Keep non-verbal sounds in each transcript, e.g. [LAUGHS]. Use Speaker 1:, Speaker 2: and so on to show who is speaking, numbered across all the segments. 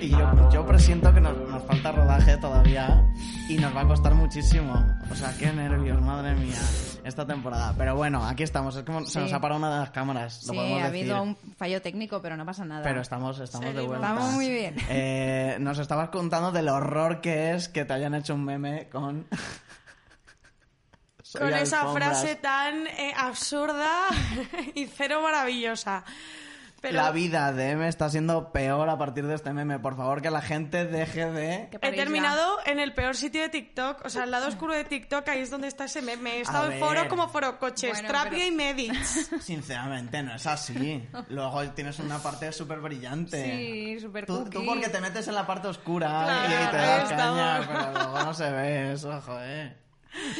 Speaker 1: y yo, yo presiento que nos, nos falta rodaje todavía y nos va a costar muchísimo. O sea, qué nervios, madre mía, esta temporada. Pero bueno, aquí estamos. Es como se
Speaker 2: Sí.
Speaker 1: nos ha parado una de las cámaras, lo
Speaker 2: sí,
Speaker 1: podemos
Speaker 2: ha
Speaker 1: decir.
Speaker 2: habido un fallo técnico, pero no pasa nada.
Speaker 1: Pero estamos, estamos de
Speaker 2: Seguimos.
Speaker 1: vuelta.
Speaker 2: Estamos muy bien.
Speaker 1: [LAUGHS] Eh, nos estabas contando del horror que es que te hayan hecho un meme
Speaker 2: [LAUGHS]
Speaker 1: con... Soy
Speaker 3: Con esa
Speaker 1: alfombras.
Speaker 3: frase tan eh, absurda [LAUGHS] y cero maravillosa. Pero
Speaker 1: La vida de M está siendo peor a partir de este meme. Por favor, que la gente deje de...
Speaker 2: Que
Speaker 3: he
Speaker 2: paréis ya.
Speaker 3: terminado en el peor sitio de TikTok, o sea, el lado oscuro de TikTok, ahí es donde está ese meme. He estado en
Speaker 1: ver.
Speaker 3: foro como foro coches,
Speaker 2: Bueno,
Speaker 3: Trapia
Speaker 2: pero- [LAUGHS]
Speaker 3: y Medics.
Speaker 1: Sinceramente, no es
Speaker 3: [LAUGHS]
Speaker 1: así. Luego tienes una parte súper brillante.
Speaker 2: Sí, súper
Speaker 1: Tú, tú
Speaker 2: cookie.
Speaker 1: porque te metes en la parte oscura
Speaker 3: Claro,
Speaker 1: y te
Speaker 3: ahí
Speaker 1: das caña,
Speaker 3: estamos.
Speaker 1: pero luego no se ve eso, joder.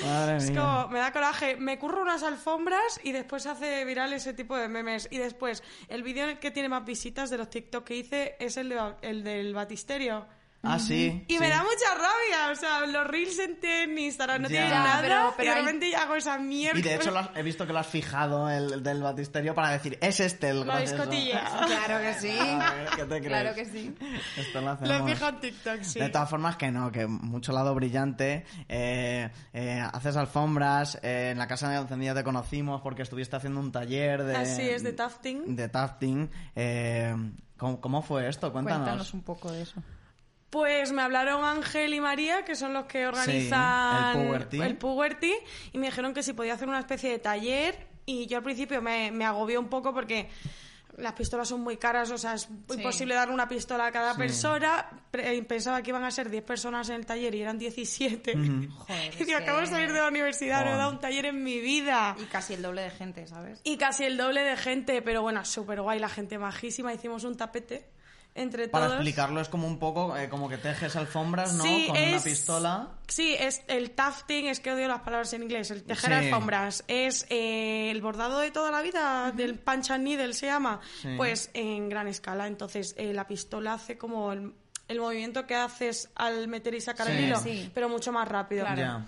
Speaker 1: Madre
Speaker 3: Es
Speaker 1: mía.
Speaker 3: como, me da coraje. Me curro unas alfombras y después se hace viral ese tipo de memes. Y después, el vídeo en el que tiene más visitas de los TikTok que hice es el, de- el del batisterio.
Speaker 1: Ah, sí.
Speaker 3: Y
Speaker 1: sí.
Speaker 3: me da mucha rabia, o sea, los reels en, en Instagram
Speaker 1: Ya.
Speaker 3: no tienen
Speaker 1: Ya,
Speaker 3: nada,
Speaker 2: pero- pero
Speaker 3: y de
Speaker 2: hay-
Speaker 3: repente hago esa mierda.
Speaker 1: Y de
Speaker 3: [LAUGHS]
Speaker 1: hecho lo has- he visto que lo has fijado el, el del batisterio para decir, es este el
Speaker 3: Lo
Speaker 1: gracioso".
Speaker 3: discotillas.
Speaker 2: [LAUGHS]
Speaker 3: [LAUGHS]
Speaker 2: Claro que sí.
Speaker 1: A ver, Ah, ¿qué te crees?
Speaker 2: Claro que sí.
Speaker 1: Esto lo
Speaker 3: Lo
Speaker 1: hacemos.
Speaker 3: he fijado en TikTok, sí.
Speaker 1: De todas formas que no, que mucho lado brillante, eh, eh, haces alfombras, eh, en la casa de encendida te conocimos porque estuviste haciendo un taller de...
Speaker 3: Así es, de tufting.
Speaker 1: De tufting. Eh, ¿cómo, cómo fue esto? Cuéntanos.
Speaker 2: Cuéntanos un poco de eso.
Speaker 3: Pues me hablaron Ángel y María, que son los que organizan
Speaker 1: el Puberty.
Speaker 3: el Puberty, y me dijeron que si podía hacer una especie de taller. Y yo al principio me, me agobió un poco porque las pistolas son muy caras, o sea, es imposible dar una pistola a cada persona. Pre- eh, Pensaba que iban a ser 10 personas en el taller y eran 17. [LAUGHS]
Speaker 2: [LAUGHS] Joder,
Speaker 3: y
Speaker 2: es
Speaker 3: me acabo de
Speaker 2: que-
Speaker 3: salir de la universidad, no he
Speaker 1: Joder.
Speaker 3: dado un taller en mi vida.
Speaker 2: Y casi el doble de gente, ¿sabes?
Speaker 3: Y casi el doble de gente, pero bueno, súper guay, la gente majísima. Hicimos un tapete entre
Speaker 1: Para
Speaker 3: todos.
Speaker 1: explicarlo es como un poco eh, como que tejes alfombras, ¿no?
Speaker 3: Sí,
Speaker 1: Con una
Speaker 3: es-
Speaker 1: pistola.
Speaker 3: Sí, es el tafting, es que odio las palabras en inglés, el tejer
Speaker 1: Sí.
Speaker 3: alfombras, es eh, el bordado de toda la vida, del punch and needle se llama,
Speaker 1: Sí.
Speaker 3: pues en gran escala. Entonces, eh, la pistola hace como el, el movimiento que haces al meter y sacar el
Speaker 1: Sí.
Speaker 3: hilo,
Speaker 2: Sí.
Speaker 3: pero mucho más rápido.
Speaker 2: Claro.
Speaker 1: Ya.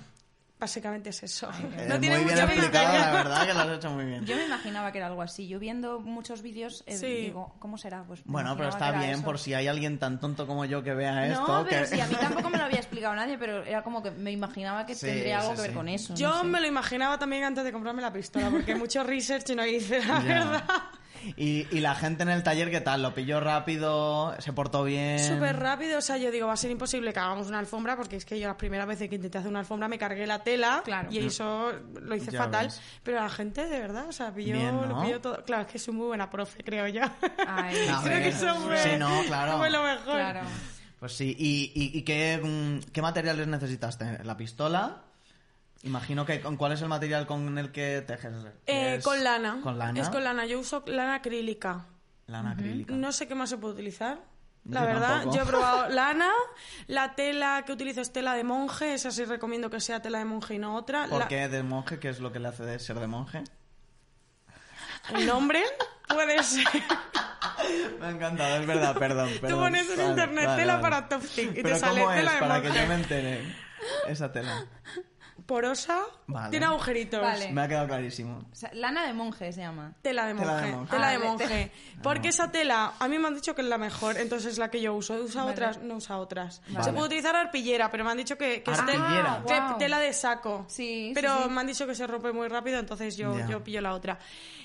Speaker 3: Básicamente es eso.
Speaker 1: Eh,
Speaker 3: no tiene
Speaker 1: muy bien
Speaker 3: mucho misterio.
Speaker 1: explicado, la verdad que lo has hecho muy bien.
Speaker 2: Yo me imaginaba que era algo así. Yo viendo muchos vídeos, eh,
Speaker 3: Sí.
Speaker 2: digo, ¿cómo será? Pues me
Speaker 1: Bueno, pero
Speaker 2: imaginaba
Speaker 1: está
Speaker 2: que era
Speaker 1: bien
Speaker 2: eso.
Speaker 1: por si hay alguien tan tonto como yo que vea esto.
Speaker 2: No, pero
Speaker 1: que...
Speaker 2: sí, a mí tampoco me
Speaker 1: [LAUGHS]
Speaker 2: lo había explicado nadie, pero era como que me imaginaba que
Speaker 1: Sí,
Speaker 2: tendría algo
Speaker 1: sí,
Speaker 2: que ver
Speaker 1: sí.
Speaker 2: con eso.
Speaker 3: Yo
Speaker 2: no sé.
Speaker 3: me lo imaginaba también antes de comprarme la pistola,
Speaker 1: [LAUGHS]
Speaker 3: porque mucho research no hice, la
Speaker 1: Ya.
Speaker 3: [LAUGHS] verdad.
Speaker 1: Y, y la gente en el taller, ¿qué tal? ¿Lo pilló rápido? ¿Se portó bien?
Speaker 3: Súper rápido, o sea, yo digo, va a ser imposible que hagamos una alfombra, porque es que yo las primeras veces que intenté hacer una alfombra me cargué la tela
Speaker 2: Claro.
Speaker 3: y eso lo hice
Speaker 1: Mm. Ya
Speaker 3: fatal.
Speaker 1: ves.
Speaker 3: Pero la gente, de verdad, o sea, pilló,
Speaker 1: Bien,
Speaker 3: lo
Speaker 1: ¿no?
Speaker 3: pilló todo. Claro, es que soy muy buena profe, creo yo.
Speaker 2: Ay,
Speaker 1: [LAUGHS] A
Speaker 3: creo
Speaker 1: ver,
Speaker 3: que eso fue,
Speaker 1: sí, no, claro.
Speaker 3: [LAUGHS] fue lo mejor.
Speaker 2: Claro.
Speaker 1: Pues sí. ¿Y, y- y qué, mm, qué materiales necesitaste? ¿La pistola? Imagino que... con- ¿Cuál es el material con el que tejes?
Speaker 3: Eh,
Speaker 1: ¿Es
Speaker 3: Con lana.
Speaker 1: ¿Con lana?
Speaker 3: Es con lana. Yo uso lana acrílica.
Speaker 1: Lana acrílica.
Speaker 3: No sé qué más se puede utilizar. La
Speaker 1: Yo
Speaker 3: verdad,
Speaker 1: tampoco.
Speaker 3: yo
Speaker 1: [LAUGHS]
Speaker 3: he probado lana, la tela que utilizo es tela de monje, esa sí recomiendo que sea tela de monje y no otra.
Speaker 1: ¿Por
Speaker 3: La-
Speaker 1: qué de monje? ¿Qué es lo que le hace de ser de monje? [LAUGHS]
Speaker 3: El nombre puede ser.
Speaker 1: Me ha encantado, es verdad, perdón.
Speaker 3: Tú
Speaker 1: perdón.
Speaker 3: pones en
Speaker 1: Vale,
Speaker 3: internet
Speaker 1: vale,
Speaker 3: tela
Speaker 1: vale.
Speaker 3: para top tick y
Speaker 1: ¿Pero
Speaker 3: te sale
Speaker 1: cómo
Speaker 3: tela
Speaker 1: es?
Speaker 3: de
Speaker 1: Para que
Speaker 3: monje.
Speaker 1: yo me entere. Esa tela.
Speaker 3: [LAUGHS] Porosa,
Speaker 1: Vale.
Speaker 3: tiene agujeritos.
Speaker 2: Vale.
Speaker 1: Me ha quedado clarísimo.
Speaker 2: O sea, lana de monje se llama.
Speaker 3: Tela de
Speaker 1: Tela de
Speaker 3: monje,
Speaker 1: monje.
Speaker 3: tela
Speaker 2: [LAUGHS]
Speaker 3: de
Speaker 2: Vale,
Speaker 3: monje. Porque esa tela, a mí me han dicho que es la mejor, entonces es la que yo uso. He usado
Speaker 2: Vale.
Speaker 3: otras, no usa otras.
Speaker 1: Vale.
Speaker 3: Se puede utilizar arpillera, pero me han dicho que, que es tel-
Speaker 1: Arpillera. Ah,
Speaker 3: que-
Speaker 2: Guau.
Speaker 3: tela de saco.
Speaker 2: Sí, sí,
Speaker 3: Pero
Speaker 2: sí.
Speaker 3: me han dicho que se rompe muy rápido, entonces yo,
Speaker 1: Ya.
Speaker 3: yo pillo la otra.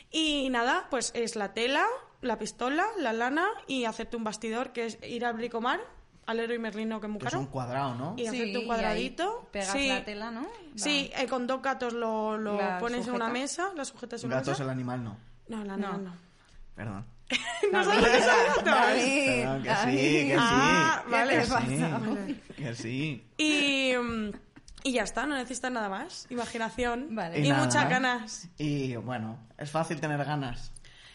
Speaker 3: Y nada, pues es la tela, la pistola, la lana y hacerte un bastidor, que es ir al bricomar, al héroe y merlino, que es muy
Speaker 1: Que es
Speaker 3: caro.
Speaker 1: un cuadrado, ¿no?
Speaker 3: Y hacerte un
Speaker 2: ahí
Speaker 3: cuadradito.
Speaker 2: pegas
Speaker 3: Sí.
Speaker 2: la tela, ¿no?
Speaker 3: Sí, eh, con dos gatos lo, lo
Speaker 2: La
Speaker 3: pones en una
Speaker 2: sujeta.
Speaker 3: mesa, lo sujetas en una
Speaker 1: Gatos
Speaker 3: mesa.
Speaker 1: el animal no.
Speaker 3: No, la no.
Speaker 2: No.
Speaker 3: no.
Speaker 1: Perdón.
Speaker 3: [LAUGHS] ¿No sabes qué son gatos?
Speaker 1: [LAUGHS]
Speaker 2: David,
Speaker 1: Perdón, que sí,
Speaker 2: David.
Speaker 1: que sí.
Speaker 3: Ah, vale.
Speaker 1: que
Speaker 2: ¿Qué pasa?
Speaker 1: sí. Que sí.
Speaker 3: Y, mm, y ya está, no necesitas nada más. Imaginación
Speaker 2: Vale.
Speaker 3: y,
Speaker 1: Y nada,
Speaker 3: muchas
Speaker 1: ¿no?
Speaker 3: ganas.
Speaker 1: Y bueno, es fácil tener ganas.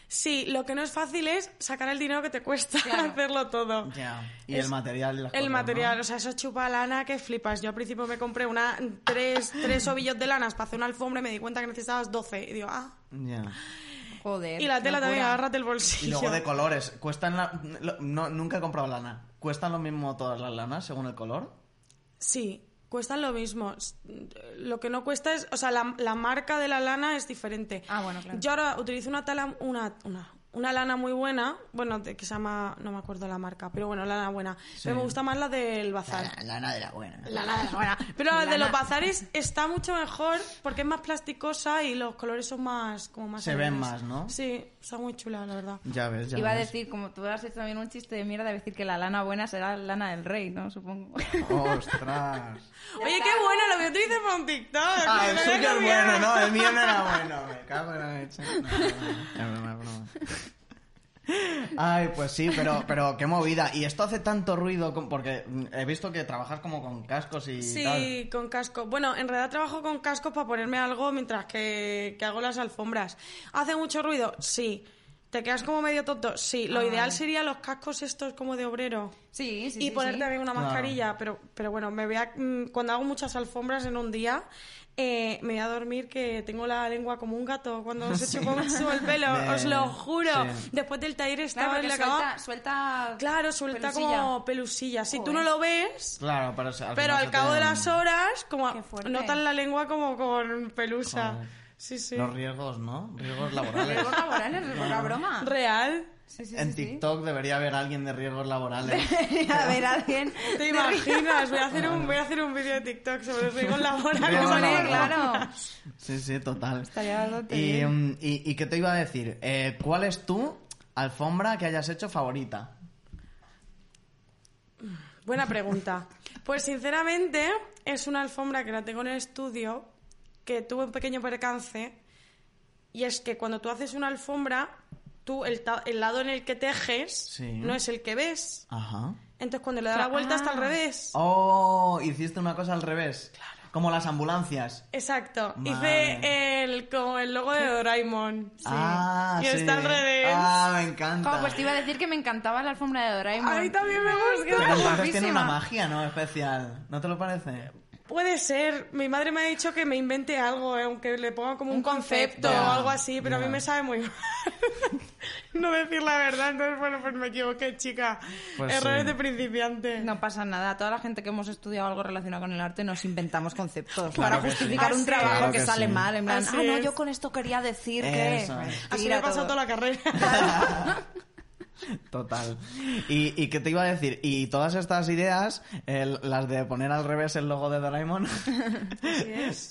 Speaker 3: Sí, lo que no es fácil es sacar el dinero que te cuesta [LAUGHS]
Speaker 2: Claro.
Speaker 3: hacerlo todo.
Speaker 1: Ya. Y
Speaker 3: Es-
Speaker 1: el material y las
Speaker 3: El
Speaker 1: cosas,
Speaker 3: material,
Speaker 1: ¿no?
Speaker 3: o sea, eso chupa lana que flipas. Yo al principio me compré una, tres, tres ovillos de lanas para hacer una alfombra y me di cuenta que necesitabas 12. Y digo, ah. [LAUGHS]
Speaker 1: Ya.
Speaker 2: Joder.
Speaker 3: Y la
Speaker 2: qué
Speaker 3: tela también,
Speaker 2: locura.
Speaker 3: agárrate el
Speaker 1: Y
Speaker 3: bolsillo.
Speaker 1: luego de colores. Cuestan la... lo- no, nunca he comprado lana. ¿Cuestan lo mismo todas las lanas según el color?
Speaker 3: Sí, cuestan lo mismo. S- Lo que no cuesta es, o sea, la, la marca de la lana es diferente.
Speaker 2: Ah, bueno, claro.
Speaker 3: Yo ahora utilizo una tela, una, una, una lana muy buena, bueno, de- que se llama, no me acuerdo la marca, pero bueno, lana buena. Pero me gusta más la del bazar.
Speaker 1: La, la lana de la buena.
Speaker 3: La
Speaker 2: [LAUGHS]
Speaker 3: lana es buena. Pero la de los bazares está mucho mejor porque es más plasticosa y los colores son más como más
Speaker 1: Se ven
Speaker 3: alegres.
Speaker 1: más, ¿no?
Speaker 3: Sí, está muy chula, la verdad.
Speaker 1: Ya ves, ya
Speaker 2: Iba a
Speaker 1: ves.
Speaker 2: decir, como tú has hecho también un chiste de mierda, decir que la lana buena será lana del rey, ¿no? Supongo.
Speaker 3: [LAUGHS]
Speaker 1: Ostras.
Speaker 3: Oye, qué bueno, lo voy a utilizar para un TikTok.
Speaker 1: Ah,
Speaker 3: [LAUGHS] me
Speaker 1: el
Speaker 3: lo he
Speaker 1: suyo es
Speaker 3: copiado.
Speaker 1: bueno, ¿no? El mío no era bueno. Me cago en la leche. No, no, no. Es broma, es broma. Ay, pues sí, pero, pero qué movida. Y esto hace tanto ruido con- porque mm, he visto que trabajas como con cascos y tal.
Speaker 3: Sí, con casco. Bueno, en realidad trabajo con cascos para ponerme algo mientras que, que hago las alfombras. ¿Hace mucho ruido? Sí. ¿Te quedas como medio tonto? Sí. Lo ideal sería los cascos estos como de obrero.
Speaker 2: Ah, Sí, sí,
Speaker 3: y
Speaker 2: sí,
Speaker 3: ponerte
Speaker 2: sí.
Speaker 3: también una
Speaker 1: Claro.
Speaker 3: mascarilla, pero, pero bueno, me voy a- mm, cuando hago muchas alfombras en un día, eh, me voy a dormir que tengo la lengua como un gato cuando
Speaker 1: [LAUGHS]
Speaker 3: se chupa mucho el pelo,
Speaker 1: Bien,
Speaker 3: os lo juro.
Speaker 1: sí.
Speaker 3: Después del taller
Speaker 2: Claro,
Speaker 3: estaba
Speaker 2: porque
Speaker 3: en la
Speaker 2: suelta,
Speaker 3: cama.
Speaker 2: suelta...
Speaker 3: Claro, suelta
Speaker 2: pelusilla.
Speaker 3: como pelusilla. Si tú
Speaker 2: Joder.
Speaker 3: no lo ves,
Speaker 1: Claro, pero se-
Speaker 3: pero
Speaker 1: final
Speaker 3: al
Speaker 1: se
Speaker 3: cabo
Speaker 1: te-
Speaker 3: de las horas, como
Speaker 2: Qué fuerte.
Speaker 3: notan la lengua como con pelusa.
Speaker 1: Joder.
Speaker 3: Sí, sí.
Speaker 1: Los riesgos, ¿no? Riesgos laborales.
Speaker 2: Riesgos laborales, una broma.
Speaker 3: Real.
Speaker 2: Sí, sí,
Speaker 1: en
Speaker 2: sí, sí. [LAUGHS]
Speaker 1: TikTok debería haber alguien de riesgos laborales.
Speaker 3: [LAUGHS]
Speaker 2: a ver, alguien...
Speaker 1: [LAUGHS]
Speaker 3: ¿Te imaginas? Voy a hacer un, voy a hacer un vídeo de TikTok sobre riesgos laborales.
Speaker 1: Riesgos
Speaker 2: Hombre,
Speaker 1: laborales.
Speaker 2: claro.
Speaker 1: Sí, sí, total.
Speaker 2: Estaría bastante
Speaker 1: y,
Speaker 2: bien.
Speaker 1: mm, y, ¿y qué te iba a decir? Eh, ¿Cuál es tu alfombra que hayas hecho favorita?
Speaker 3: Buena pregunta. Pues sinceramente es una alfombra que la tengo en el estudio que tuve un pequeño percance y es que cuando tú haces una alfombra, tú el, ta- el lado en el que tejes
Speaker 1: Sí.
Speaker 3: no es el que ves.
Speaker 1: Ajá.
Speaker 3: Entonces cuando le das la vuelta
Speaker 2: ah.
Speaker 3: está al revés.
Speaker 1: Oh, hiciste una cosa al revés. Como las ambulancias.
Speaker 3: Exacto.
Speaker 1: Vale.
Speaker 3: Hice el, como el logo de Doraemon. Sí.
Speaker 1: Ah,
Speaker 3: y
Speaker 1: sí.
Speaker 3: está al revés.
Speaker 1: Ah, me encanta.
Speaker 2: Jo, pues te iba a decir que me encantaba la alfombra de Doraemon.
Speaker 3: A mí también me
Speaker 1: Pero
Speaker 3: gusta.
Speaker 1: entonces tiene
Speaker 2: guapísima.
Speaker 1: una magia, ¿no? Especial. ¿No te lo parece?
Speaker 3: Puede ser. Mi madre me ha dicho que me invente algo, eh, aunque le ponga como un, concepto,
Speaker 1: concepto.
Speaker 3: o algo así, pero a
Speaker 1: Ya.
Speaker 3: mí me sabe muy mal. [LAUGHS] no decir la verdad, entonces, bueno, pues me equivoqué, chica.
Speaker 1: Pues
Speaker 3: Errores
Speaker 1: sí.
Speaker 3: de principiante.
Speaker 2: No pasa nada, toda la gente que hemos estudiado algo relacionado con el arte nos inventamos conceptos para
Speaker 1: que sí.
Speaker 2: justificar un
Speaker 3: Así
Speaker 2: trabajo
Speaker 1: es. Claro
Speaker 2: que,
Speaker 1: que
Speaker 2: sale
Speaker 1: sí.
Speaker 2: mal. En plan,
Speaker 3: Así
Speaker 2: ah, no,
Speaker 3: es.
Speaker 2: yo con esto quería decir
Speaker 1: Eso.
Speaker 2: que.
Speaker 3: Así me
Speaker 2: Tira
Speaker 3: ha pasado
Speaker 2: todo.
Speaker 3: toda la carrera.
Speaker 1: Total. ¿Y, y qué te iba a decir? Y todas estas ideas, el- las de poner al revés el logo de Doraemon, [LAUGHS]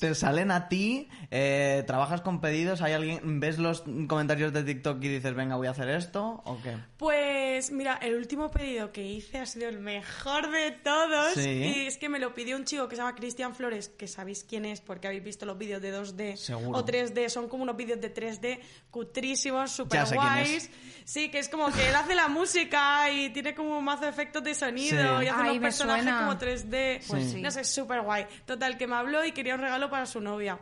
Speaker 1: te salen a ti, eh, trabajas con pedidos, hay alguien, ves los comentarios de TikTok y dices, venga, voy a hacer esto, o qué?
Speaker 3: Pues mira, el último pedido que hice ha sido el mejor de todos.
Speaker 1: Sí.
Speaker 3: Y es que me lo pidió un chico que se llama Cristian Flores, que sabéis quién es porque habéis visto los vídeos de 2D
Speaker 1: Seguro.
Speaker 3: o 3D. Son como unos vídeos de 3D cutrísimos, super
Speaker 1: Ya sé quién
Speaker 3: guays. Sí, que es como que él hace la música y tiene como un mazo de efectos de sonido
Speaker 1: Sí.
Speaker 3: y hace
Speaker 2: Ay,
Speaker 3: unos
Speaker 2: me
Speaker 3: personajes
Speaker 2: suena.
Speaker 3: como 3D.
Speaker 1: Pues
Speaker 2: sí.
Speaker 3: No sé, súper guay. Total, que me habló y quería un regalo para su novia.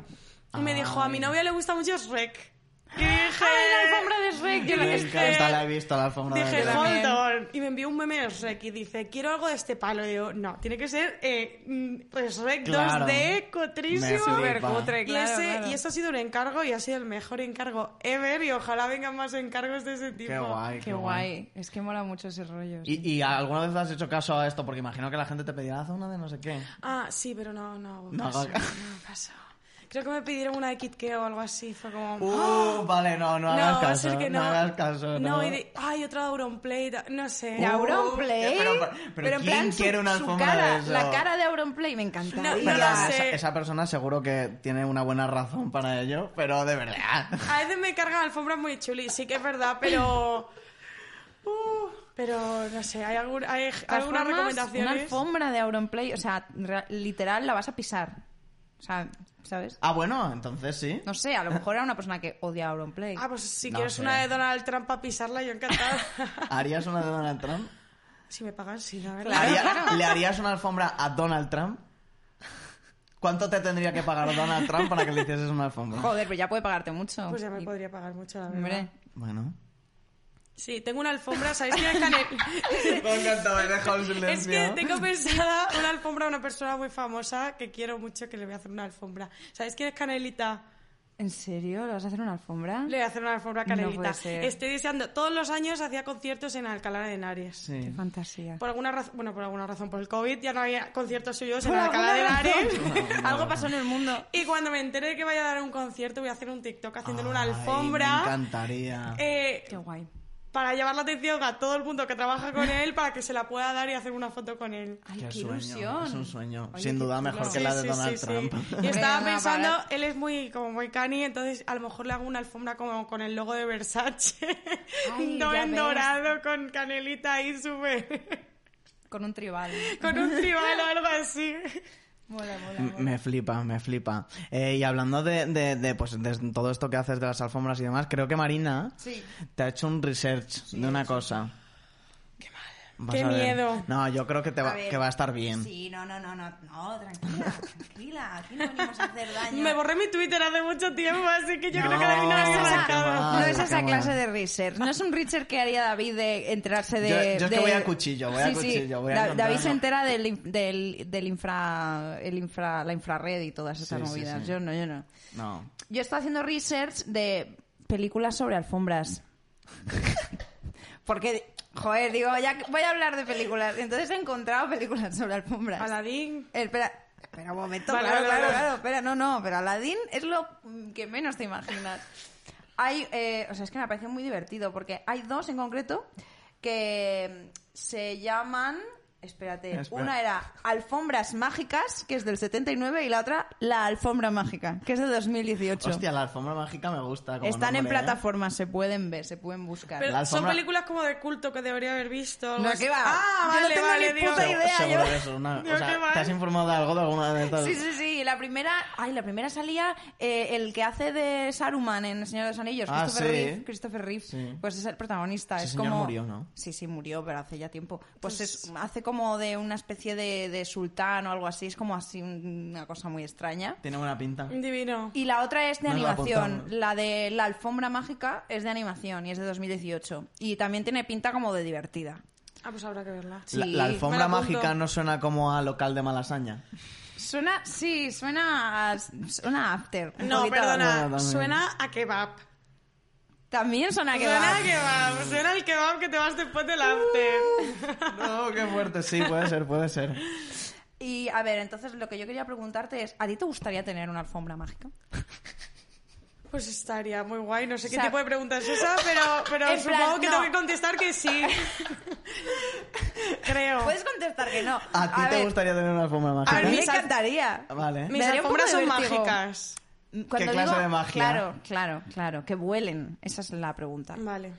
Speaker 3: Y me dijo, a mi
Speaker 1: Ay.
Speaker 3: novia le gusta mucho Shrek. Y dije,
Speaker 2: ¡Ay, la alfombra de Shrek! Yo la
Speaker 1: Me
Speaker 2: que
Speaker 1: encanta, la he visto, la alfombra de
Speaker 3: Dije,
Speaker 1: Doraemon.
Speaker 2: también.
Speaker 3: Holdor. Y me envió un meme de Shrek y dice, quiero algo de este palo. Y digo, no, tiene que ser eh, mm, pues Shrek
Speaker 1: Claro.
Speaker 3: 2D,
Speaker 1: Me
Speaker 3: cotrísimo.
Speaker 1: flipa. Supercutre,
Speaker 3: Y,
Speaker 2: claro,
Speaker 3: ese,
Speaker 2: claro.
Speaker 3: y eso ha sido un encargo y ha sido el mejor encargo ever. Y ojalá vengan más encargos de ese tipo.
Speaker 1: Qué guay,
Speaker 2: Qué guay, es que mola mucho ese rollo. sí.
Speaker 1: ¿Y, y alguna vez has hecho caso a esto? Porque imagino que la gente te pedirá, haz una de no sé qué.
Speaker 3: [GASPS] Ah, sí, pero no, no hago
Speaker 1: No
Speaker 3: caso.
Speaker 1: hago-
Speaker 3: No pasó. Creo que me pidieron una de Kit Keo o algo así. Fue como...
Speaker 1: Uh, vale, no, no
Speaker 3: ¡Ah! No,
Speaker 1: hagas
Speaker 3: va a
Speaker 1: caso.
Speaker 3: ser que no.
Speaker 1: hagas caso, no.
Speaker 3: No, y de- ay, otra de Auronplay, ta- no sé.
Speaker 2: De
Speaker 1: Uh,
Speaker 2: Auronplay.
Speaker 1: pero- pero- pero ¿quién
Speaker 2: en plan, su-
Speaker 1: quiere una
Speaker 2: su
Speaker 1: alfombra
Speaker 2: cara,
Speaker 1: de eso?
Speaker 2: La cara de Auronplay me encanta.
Speaker 3: No, no
Speaker 1: Pero
Speaker 3: la
Speaker 1: esa-
Speaker 3: sé.
Speaker 1: esa persona seguro que tiene una buena razón para ello, pero de verdad. [LAUGHS]
Speaker 3: A veces me cargan alfombras muy chulis, sí que es verdad,
Speaker 2: [LAUGHS]
Speaker 3: pero. Uh, pero no sé, ¿hay, algún, hay algunas
Speaker 2: Una
Speaker 3: recomendaciones?
Speaker 2: alfombra de Auronplay, o sea, re- literal la vas a pisar. O sea, ¿sabes?
Speaker 1: Ah, bueno, entonces sí.
Speaker 2: No sé, a lo mejor era una persona que odia Auronplay.
Speaker 3: Ah, pues si
Speaker 1: No
Speaker 3: quieres
Speaker 1: sé.
Speaker 3: una de Donald Trump para pisarla, yo encantada.
Speaker 2: [LAUGHS]
Speaker 1: ¿Harías una de Donald Trump?
Speaker 3: si me pagan, sí, la verdad.
Speaker 2: Claro,
Speaker 1: ¿Haría-
Speaker 2: claro.
Speaker 1: ¿Le harías una alfombra a Donald Trump? [LAUGHS] ¿Cuánto te tendría que pagar Donald Trump para que le hicieses una alfombra?
Speaker 2: Joder, pero ya puede pagarte mucho.
Speaker 3: Pues ya me
Speaker 2: Y-
Speaker 3: podría pagar mucho, la verdad.
Speaker 2: Hombre,
Speaker 1: Bueno.
Speaker 3: [LAUGHS] Sí, tengo una alfombra, ¿sabéis quién es
Speaker 1: [LAUGHS]
Speaker 3: Canel?
Speaker 1: Me ha encantado, he dejado el
Speaker 3: Es que tengo pensada una alfombra a una persona muy famosa que quiero mucho que le voy a hacer una alfombra. ¿Sabéis quién es Canelita?
Speaker 2: ¿En serio? ¿Lo vas a hacer en una alfombra?
Speaker 3: Le voy a hacer una alfombra a
Speaker 2: No
Speaker 3: Canelita.
Speaker 2: puede ser.
Speaker 3: Estoy deseando. Todos los años hacía conciertos en Alcalá de Henares.
Speaker 2: Qué
Speaker 1: Sí.
Speaker 2: fantasía.
Speaker 3: Por alguna razón, bueno, por alguna razón, por el COVID ya no había conciertos suyos
Speaker 2: Por
Speaker 3: en Alcalá de
Speaker 2: alguna
Speaker 1: [LAUGHS]
Speaker 3: Henares.
Speaker 2: Algo pasó en el mundo.
Speaker 3: Y cuando me enteré de que vaya a dar un concierto, voy a hacer un TikTok haciéndole una
Speaker 1: Ay,
Speaker 3: alfombra.
Speaker 1: Me encantaría.
Speaker 3: eh,
Speaker 2: Qué guay.
Speaker 3: para llamar la atención a todo el mundo que
Speaker 1: [LAUGHS]
Speaker 3: trabaja con él para que se la pueda dar y hacer una foto con él.
Speaker 2: Ay,
Speaker 1: Qué
Speaker 2: qué,
Speaker 1: sueño,
Speaker 2: ilusión.
Speaker 1: es un sueño.
Speaker 2: Oye,
Speaker 1: Sin
Speaker 2: qué
Speaker 1: duda,
Speaker 2: chulo.
Speaker 1: mejor que
Speaker 3: Sí,
Speaker 1: la de
Speaker 3: sí,
Speaker 1: Donald
Speaker 3: sí,
Speaker 1: Trump.
Speaker 3: sí. Y estaba
Speaker 2: Venga,
Speaker 3: pensando,
Speaker 2: para-
Speaker 3: él es muy como muy cani, entonces a lo mejor le hago una alfombra como con el logo de Versace,
Speaker 2: Ay,
Speaker 3: [LAUGHS] no
Speaker 2: ya
Speaker 3: en
Speaker 2: ves.
Speaker 3: dorado con canelita ahí sube, [LAUGHS]
Speaker 2: Con un tribal.
Speaker 3: con un tribal o algo así.
Speaker 2: Mola, mola,
Speaker 1: M-
Speaker 2: mola.
Speaker 1: Me flipa, me flipa. Eh, y hablando de, de- de, pues, de todo esto que haces de las alfombras y demás, creo que Marina
Speaker 2: Sí.
Speaker 1: te ha hecho un research de una cosa. Qué mal.
Speaker 3: Qué miedo.
Speaker 1: No, yo creo que, te va,
Speaker 4: ver.
Speaker 1: que va a estar bien.
Speaker 4: Sí, no, no, no, no, no, tranquila, tranquila, aquí no venimos a hacer daño.
Speaker 2: [LAUGHS]
Speaker 3: Me borré mi Twitter hace mucho tiempo, así que yo
Speaker 1: No,
Speaker 3: creo que la vino
Speaker 1: qué
Speaker 3: había
Speaker 1: mal.
Speaker 3: marcado.
Speaker 2: no es
Speaker 1: qué
Speaker 2: esa
Speaker 1: mal.
Speaker 2: clase de research. No es un research que haría David de enterarse de.
Speaker 1: Yo- yo es que
Speaker 2: de-
Speaker 1: voy a cuchillo, voy a
Speaker 2: Sí, sí.
Speaker 1: cuchillo, voy a
Speaker 2: Da-
Speaker 1: encontrar-
Speaker 2: David se entera del, in- del, del infra, el infra, la infrared y todas esas
Speaker 1: Sí, sí,
Speaker 2: movidas.
Speaker 1: sí.
Speaker 2: Yo no, yo no.
Speaker 1: No.
Speaker 2: Yo estoy haciendo research de películas sobre alfombras. [LAUGHS] Porque, joder, digo, ya que voy a hablar de películas. Entonces he encontrado películas sobre alfombras.
Speaker 3: Aladín.
Speaker 2: Eh, Espera, espera un momento.
Speaker 3: Vale,
Speaker 2: claro,
Speaker 3: vale,
Speaker 2: claro,
Speaker 3: vale.
Speaker 2: claro. Espera, no, no. Pero Aladdin es lo que menos te imaginas. Hay, eh, o sea, es que me parece muy divertido porque hay dos en concreto que se llaman. Espérate,
Speaker 1: Espera.
Speaker 2: una era Alfombras Mágicas, que es del 79, y la otra La Alfombra Mágica, que es de 2018.
Speaker 1: Hostia, la alfombra mágica me gusta. como
Speaker 2: Están en
Speaker 1: nombre, ¿eh?
Speaker 2: plataformas, se pueden ver, se pueden buscar.
Speaker 1: La
Speaker 3: Pero son
Speaker 1: alfombra-
Speaker 3: películas como de culto que debería haber visto. algo
Speaker 2: No,
Speaker 3: así.
Speaker 2: que va.
Speaker 3: Ah,
Speaker 2: Yo no
Speaker 3: vale,
Speaker 2: tengo
Speaker 3: vale,
Speaker 2: ni
Speaker 3: Dios.
Speaker 2: puta idea.
Speaker 1: Seguro
Speaker 2: yo-
Speaker 1: que es
Speaker 2: [LAUGHS]
Speaker 1: una-
Speaker 3: Dios,
Speaker 1: o sea,
Speaker 3: qué mal.
Speaker 1: ¿Te has informado de algo de alguna de estas?
Speaker 2: Sí, sí, sí. La primera, ay, la primera salía eh, el que hace de Saruman en El Señor de los Anillos,
Speaker 1: Ah,
Speaker 2: Christopher
Speaker 1: sí.
Speaker 2: Reeve. Christopher Reeve.
Speaker 1: Sí.
Speaker 2: Pues es el protagonista.
Speaker 1: Ese
Speaker 2: es
Speaker 1: señor
Speaker 2: como...
Speaker 1: murió, ¿no?
Speaker 2: Sí, sí, murió, pero hace ya tiempo. Pues, es- hace como de una especie de, de sultán o algo así. Es como así un- una cosa muy extraña.
Speaker 1: Tiene buena pinta.
Speaker 3: Divino.
Speaker 2: Y la otra es de
Speaker 1: Nos la
Speaker 2: animación.
Speaker 1: apuntamos.
Speaker 2: La de la alfombra mágica es de animación y es de 2018. Y también tiene pinta como de divertida.
Speaker 3: Ah, pues habrá que verla.
Speaker 1: La,
Speaker 2: Sí,
Speaker 1: la alfombra
Speaker 3: me la apunto.
Speaker 1: mágica no suena como a local de
Speaker 2: [LAUGHS]
Speaker 1: Malasaña.
Speaker 2: Suena, sí, suena a, suena a after. un
Speaker 3: No,
Speaker 2: poquito.
Speaker 1: No,
Speaker 3: perdona,
Speaker 1: también.
Speaker 3: suena a kebab.
Speaker 2: También suena a que
Speaker 3: Suena
Speaker 2: va.
Speaker 3: a kebab, suena el kebab que te vas después del after.
Speaker 1: No, qué fuerte. Sí, puede ser, puede ser.
Speaker 2: Y a ver, entonces lo que yo quería preguntarte es, ¿a ti te gustaría tener una alfombra mágica?
Speaker 3: Pues estaría muy guay, no sé
Speaker 2: O
Speaker 3: qué
Speaker 2: sea,
Speaker 3: tipo de pregunta es esa, pero, pero
Speaker 2: en plan,
Speaker 3: supongo que
Speaker 2: no.
Speaker 3: tengo que contestar
Speaker 2: [LAUGHS]
Speaker 3: que sí. Creo.
Speaker 2: Puedes contestar que no.
Speaker 1: ¿A ti te
Speaker 2: ver,
Speaker 1: gustaría tener una alfombra mágica?
Speaker 2: A mí me
Speaker 3: Mis al-
Speaker 2: encantaría.
Speaker 1: Vale.
Speaker 2: Me
Speaker 3: Mis
Speaker 2: daría un poco
Speaker 3: alfombras
Speaker 2: de
Speaker 3: son
Speaker 2: vértigo.
Speaker 3: mágicas.
Speaker 2: Cuando
Speaker 1: clase
Speaker 2: digo-
Speaker 1: de magia?
Speaker 2: Claro, claro, claro. Que vuelen. Esa es la pregunta.
Speaker 3: Vale.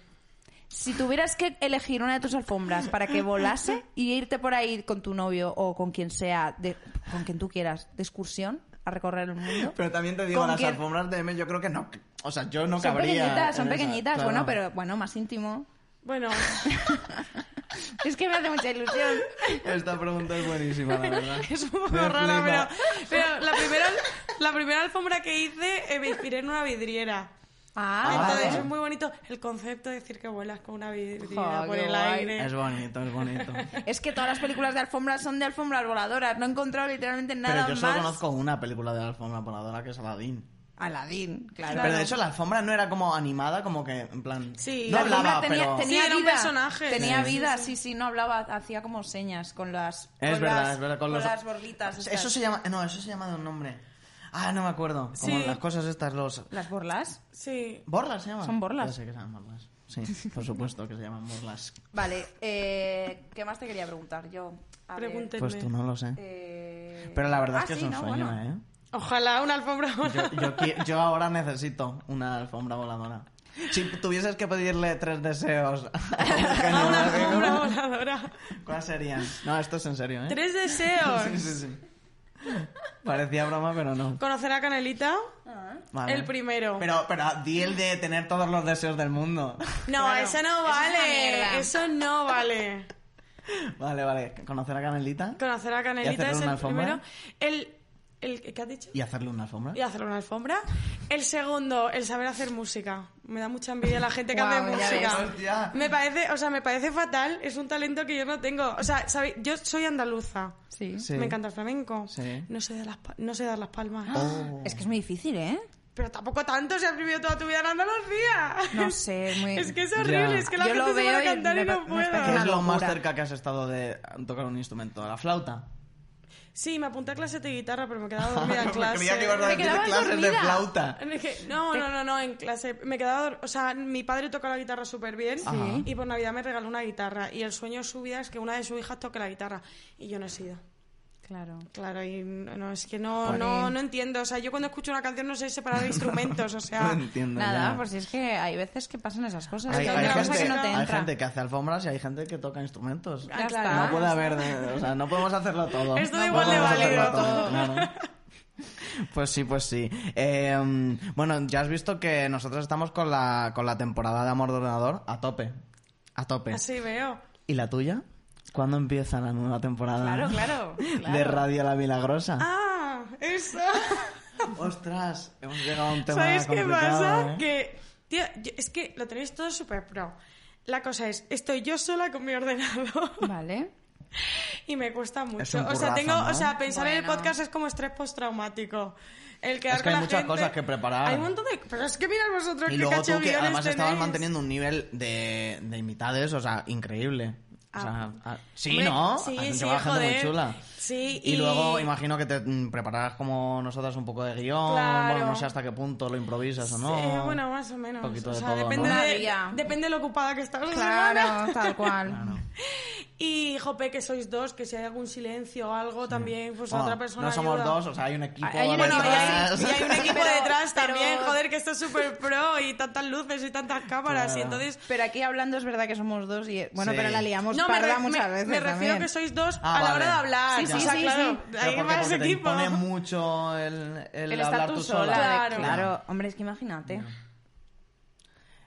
Speaker 2: Si tuvieras que elegir una de tus alfombras para que volase y irte por ahí con tu novio o con quien sea, de- con quien tú quieras, de excursión a recorrer el mundo.
Speaker 1: Pero también te digo,
Speaker 2: ¿Con
Speaker 1: las
Speaker 2: quién?
Speaker 1: alfombras de M yo creo que no. O sea, yo no
Speaker 2: Son
Speaker 1: cabría.
Speaker 2: pequeñitas, son
Speaker 1: en esa,
Speaker 2: pequeñitas,
Speaker 1: claro.
Speaker 2: bueno, pero bueno, más íntimo.
Speaker 3: Bueno,
Speaker 2: Es que me hace mucha ilusión.
Speaker 1: [LAUGHS] Esta pregunta es buenísima, la
Speaker 2: [LAUGHS]
Speaker 1: verdad.
Speaker 3: [LAUGHS] es un poco
Speaker 1: Me
Speaker 3: rara,
Speaker 1: flipa.
Speaker 3: pero, pero la, primera, la primera alfombra que hice eh, me inspiré en una vidriera.
Speaker 2: Ah,
Speaker 3: Entonces
Speaker 1: vale.
Speaker 3: es muy bonito el concepto de decir que vuelas con una vidriera
Speaker 2: Jo,
Speaker 3: por
Speaker 2: Oh, qué
Speaker 3: el
Speaker 2: guay.
Speaker 3: aire.
Speaker 1: Es bonito, es
Speaker 2: [LAUGHS]
Speaker 1: bonito.
Speaker 2: Es que todas las películas de alfombras son de alfombras voladoras. No he encontrado literalmente nada
Speaker 1: pero yo solo
Speaker 2: más.
Speaker 1: conozco una película de la alfombra voladora que es Aladdin.
Speaker 2: Aladdin, claro.
Speaker 1: Pero de hecho, la alfombra no era como animada, como que en plan.
Speaker 3: Sí.
Speaker 1: no
Speaker 3: La
Speaker 1: hablaba,
Speaker 2: tenía,
Speaker 1: pero.
Speaker 2: tenía
Speaker 3: Sí, era
Speaker 2: vida.
Speaker 3: un personaje.
Speaker 2: Tenía
Speaker 3: Sí, sí,
Speaker 2: vida, sí sí. no hablaba, hacía como señas con las.
Speaker 1: Es
Speaker 2: con
Speaker 1: verdad,
Speaker 2: las-
Speaker 1: es verdad, con
Speaker 2: Con,
Speaker 1: los-
Speaker 2: las borlitas. estas.
Speaker 1: Eso se llama. No, eso se llama de un nombre. Ah, no me acuerdo. Como
Speaker 3: Sí.
Speaker 1: las cosas estas, los.
Speaker 2: ¿Las borlas?
Speaker 3: Sí.
Speaker 1: ¿Borlas se llaman?
Speaker 2: Son borlas.
Speaker 1: Ya sé que se llaman borlas. Sí, por supuesto que se llaman
Speaker 2: [LAUGHS]
Speaker 1: borlas.
Speaker 2: Vale, eh, ¿qué más te quería preguntar yo? A ver,
Speaker 3: Pregunte.
Speaker 1: Pues tú no lo sé.
Speaker 2: eh,
Speaker 1: Pero la verdad
Speaker 2: ah,
Speaker 1: es que
Speaker 2: sí,
Speaker 1: es un
Speaker 2: ¿no?
Speaker 1: sueño,
Speaker 2: Bueno.
Speaker 1: ¿eh?
Speaker 3: Ojalá
Speaker 2: [LAUGHS]
Speaker 3: una alfombra
Speaker 1: Yo, yo qui- yo ahora necesito una alfombra voladora. Si tuvieses que pedirle tres deseos, que no
Speaker 3: [LAUGHS] una
Speaker 1: lo tengo,
Speaker 3: alfombra voladora.
Speaker 1: ¿cuáles serían? No, esto es en serio, ¿eh?
Speaker 3: Tres deseos.
Speaker 1: Sí, sí, sí. Parecía broma, pero no.
Speaker 3: Conocer a Canelita.
Speaker 1: Vale.
Speaker 3: El primero.
Speaker 1: Pero, pero di el de tener todos los deseos del mundo. [LAUGHS]
Speaker 3: No,
Speaker 2: Claro.
Speaker 3: eso
Speaker 2: Eso
Speaker 3: no
Speaker 2: es una
Speaker 3: vale.
Speaker 2: mierda.
Speaker 3: Eso no vale.
Speaker 1: Vale, vale. Conocer a Canelita
Speaker 3: Conocer a
Speaker 1: ¿Y hacerle
Speaker 3: Canelita es
Speaker 1: una
Speaker 3: el
Speaker 1: alfombra?
Speaker 3: primero. El, el ¿qué has dicho?
Speaker 1: y hacerle una alfombra.
Speaker 3: Y hacer una alfombra. El segundo, el saber hacer música. Me da mucha envidia la gente que hace
Speaker 2: Guau, ya ves.
Speaker 3: música.
Speaker 1: Hostia.
Speaker 3: Me parece, o sea, me parece fatal. Es un talento que yo no tengo. O sea, ¿sabéis? yo soy andaluza.
Speaker 2: Sí.
Speaker 1: Sí.
Speaker 3: Me encanta el flamenco.
Speaker 1: Sí.
Speaker 3: No sé, de las, pa- no sé dar las palmas.
Speaker 1: Oh.
Speaker 2: Es que es muy difícil, ¿eh?
Speaker 3: Pero tampoco tanto se has vivido toda tu vida en Andalucía. [LAUGHS]
Speaker 2: No sé, es muy-
Speaker 3: Es que es horrible,
Speaker 1: Ya.
Speaker 3: es que la
Speaker 2: Yo
Speaker 3: gente
Speaker 2: lo
Speaker 3: se
Speaker 2: veo
Speaker 3: va a
Speaker 2: y
Speaker 3: cantar y,
Speaker 2: me pa-
Speaker 3: no
Speaker 2: me
Speaker 3: puedo.
Speaker 1: ¿Qué
Speaker 2: parece
Speaker 1: es lo más
Speaker 2: locura.
Speaker 1: cerca que has estado de tocar un instrumento? ¿La flauta?
Speaker 3: Sí, me apunté a clases de guitarra, pero me quedaba
Speaker 2: [LAUGHS]
Speaker 3: dormida
Speaker 1: [LAUGHS]
Speaker 3: en
Speaker 1: Me
Speaker 3: clase.
Speaker 1: Creía que ibas a
Speaker 2: Me
Speaker 1: decir
Speaker 2: quedaba
Speaker 1: clases de
Speaker 2: dormida.
Speaker 1: flauta.
Speaker 3: En el que- No, no, no, no, en clase. Me quedaba. dor- O sea, mi padre toca la guitarra súper bien.
Speaker 1: Sí.
Speaker 3: Y por Navidad me regaló una guitarra. Y el sueño de su vida es que una de sus hijas toque la guitarra. Y yo no he sido.
Speaker 2: Claro.
Speaker 3: Claro, y no, no, es que no,
Speaker 2: Jolín.
Speaker 3: no, no entiendo. O sea, yo cuando escucho una canción no
Speaker 1: [LAUGHS]
Speaker 3: sé separar instrumentos. O
Speaker 1: No
Speaker 3: sea,
Speaker 1: entiendo.
Speaker 2: Nada,
Speaker 1: ya.
Speaker 2: pues si es que hay veces que pasan esas cosas.
Speaker 1: hay,
Speaker 2: que
Speaker 3: es
Speaker 1: hay
Speaker 2: una cosa
Speaker 1: gente,
Speaker 2: que no te
Speaker 1: hay
Speaker 2: entra. Ah,
Speaker 1: gente que hace alfombras y hay gente que toca instrumentos.
Speaker 2: Ya
Speaker 3: claro.
Speaker 2: está.
Speaker 1: No puede haber, de- o sea, no podemos hacerlo todo.
Speaker 3: Esto
Speaker 1: No
Speaker 3: igual de
Speaker 1: podemos
Speaker 3: válido.
Speaker 1: hacerlo todo, claro. Pues sí, pues sí. Eh, bueno, ya has visto que nosotros estamos con la, con la temporada de Amor de Ordenador a tope. A tope.
Speaker 3: así veo.
Speaker 1: ¿Y la tuya? ¿Cuándo empieza la nueva temporada
Speaker 2: Claro, claro. claro.
Speaker 1: Ah. de Radio La Milagrosa?
Speaker 3: Ah,
Speaker 1: [LAUGHS]
Speaker 3: eso.
Speaker 1: ¡Ostras! Hemos llegado a un Este tema
Speaker 3: ¿Sabes qué
Speaker 1: complicado,
Speaker 3: pasa?
Speaker 1: ¿eh?
Speaker 3: Que, tío, yo- es que lo tenéis todo súper pro. La cosa es, estoy yo sola con mi ordenador.
Speaker 2: Vale.
Speaker 3: Y me cuesta mucho.
Speaker 1: Es un
Speaker 3: o sea,
Speaker 1: currazo,
Speaker 3: tengo,
Speaker 1: ¿no?
Speaker 3: o sea, pensar en el
Speaker 2: Bueno.
Speaker 3: podcast es como estrés postraumático. El quedar
Speaker 1: Es que
Speaker 3: con
Speaker 1: hay
Speaker 3: la
Speaker 1: muchas
Speaker 3: gente-
Speaker 1: cosas que preparar.
Speaker 3: Hay un montón de, pero es que mirad
Speaker 1: Y
Speaker 3: vosotros qué
Speaker 1: luego tú, que
Speaker 3: cachondiones
Speaker 1: además estabas
Speaker 3: tenéis.
Speaker 1: manteniendo un nivel de, de invitades, o sea, increíble. O sea, ah, sí,
Speaker 3: Hombre,
Speaker 1: ¿no?
Speaker 3: sí,
Speaker 1: Has
Speaker 3: sí,
Speaker 1: llevado gente
Speaker 3: joder.
Speaker 1: muy chula.
Speaker 3: Sí,
Speaker 1: y...
Speaker 3: y-
Speaker 1: luego imagino que te mm, prepararás como nosotras un poco de guión.
Speaker 3: Claro.
Speaker 1: Bueno, no sé hasta qué punto lo improvisas o no.
Speaker 3: Eh, bueno, más o menos.
Speaker 1: Poquito
Speaker 3: o
Speaker 1: de
Speaker 3: sea,
Speaker 1: todo, ¿no?
Speaker 3: depende,
Speaker 2: Una
Speaker 3: de,
Speaker 2: vía.
Speaker 3: depende de lo ocupada que estás la semana.
Speaker 2: Claro, tal cual.
Speaker 3: Y jope, que sois dos, que si hay algún silencio o algo también, pues a
Speaker 1: Bueno,
Speaker 3: otra persona.
Speaker 1: no somos
Speaker 3: ayuda.
Speaker 1: dos, o sea, hay un equipo.
Speaker 2: Hay un
Speaker 3: No, no, y hay,
Speaker 1: detrás. [LAUGHS]
Speaker 3: y hay un equipo
Speaker 2: Pero-
Speaker 3: detrás
Speaker 2: pero-
Speaker 3: también, joder, que esto es súper pro y tantas luces y tantas cámaras y entonces
Speaker 2: Pero aquí hablando es verdad que somos dos y bueno,
Speaker 1: Sí.
Speaker 2: pero la liamos
Speaker 3: me,
Speaker 2: parda
Speaker 3: re-
Speaker 2: muchas
Speaker 3: me-
Speaker 2: veces
Speaker 3: me refiero
Speaker 2: también.
Speaker 3: que sois dos
Speaker 1: Ah,
Speaker 3: a la
Speaker 1: vale.
Speaker 3: hora de hablar.
Speaker 2: Sí, sí,
Speaker 3: o sea,
Speaker 2: sí,
Speaker 3: claro,
Speaker 2: sí.
Speaker 1: Pero
Speaker 3: Hay
Speaker 1: porque,
Speaker 3: más
Speaker 1: porque te
Speaker 3: equipo.
Speaker 1: impone mucho el, el,
Speaker 2: El
Speaker 1: hablar
Speaker 2: estar
Speaker 1: tú
Speaker 2: tú
Speaker 1: sola.
Speaker 2: sola.
Speaker 3: Claro.
Speaker 2: Claro. claro, hombre, es que imagínate.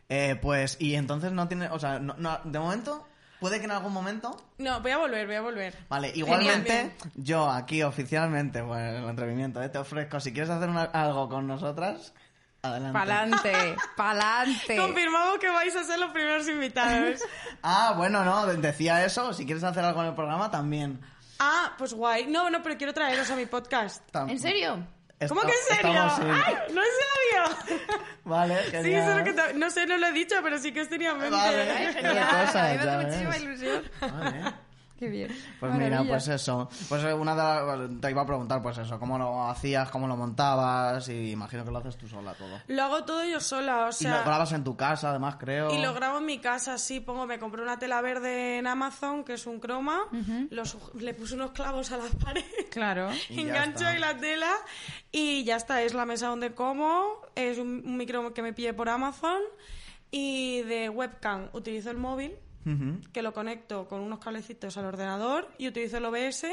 Speaker 1: Eh, pues, y entonces no tiene, o sea, no- no- de momento, puede que en algún momento
Speaker 3: No, voy a volver, voy a volver.
Speaker 1: Vale, igualmente,
Speaker 3: Genial.
Speaker 1: yo aquí oficialmente, bueno, en el atrevimiento, ¿eh? te ofrezco, si quieres hacer una- algo con nosotras, adelante.
Speaker 2: [LAUGHS] Pa'lante, pa'lante.
Speaker 3: Confirmamos que vais a ser los
Speaker 2: [LAUGHS]
Speaker 3: primeros invitados.
Speaker 1: Ah, bueno, no, de- decía eso, si quieres hacer algo en el programa, también.
Speaker 3: ah, pues guay. No, no, pero quiero traeros a mi podcast.
Speaker 1: Tam-
Speaker 2: ¿En serio?
Speaker 1: Esto-
Speaker 3: ¿Cómo que en serio?
Speaker 1: estamos, sí.
Speaker 3: ¡Ay, no en serio!
Speaker 1: [LAUGHS] Vale,
Speaker 3: sí, eso es lo
Speaker 1: genial.
Speaker 3: que te- No sé, no lo he dicho, pero sí que os tenía en mente.
Speaker 1: Vale. Ay, genial. Qué cosa,
Speaker 2: a mí me
Speaker 1: ya
Speaker 2: hace muchísima
Speaker 1: ves.
Speaker 2: ilusión.
Speaker 1: Vale.
Speaker 2: Qué bien.
Speaker 1: Pues
Speaker 2: Maravilla.
Speaker 1: mira, pues eso. Pues eh, una de las- te iba a preguntar, pues eso, cómo lo hacías, cómo lo montabas, y imagino que lo haces tú sola todo.
Speaker 3: Lo hago todo yo sola, o
Speaker 1: y
Speaker 3: sea...
Speaker 1: lo grabas en tu casa, además, creo.
Speaker 3: Y lo grabo en mi casa, sí, pongo, me compré una tela verde en Amazon, que es un croma, lo suj- le puse unos clavos a [LAUGHS] la pared,
Speaker 2: Claro.
Speaker 1: Y ya
Speaker 3: engancho
Speaker 1: está.
Speaker 3: ahí la tela y ya está, es la mesa donde como, es un, un micro que me pillé por Amazon y de webcam utilizo el móvil,
Speaker 1: Ujú.
Speaker 3: que lo conecto con unos cablecitos al ordenador y utilizo el OBS,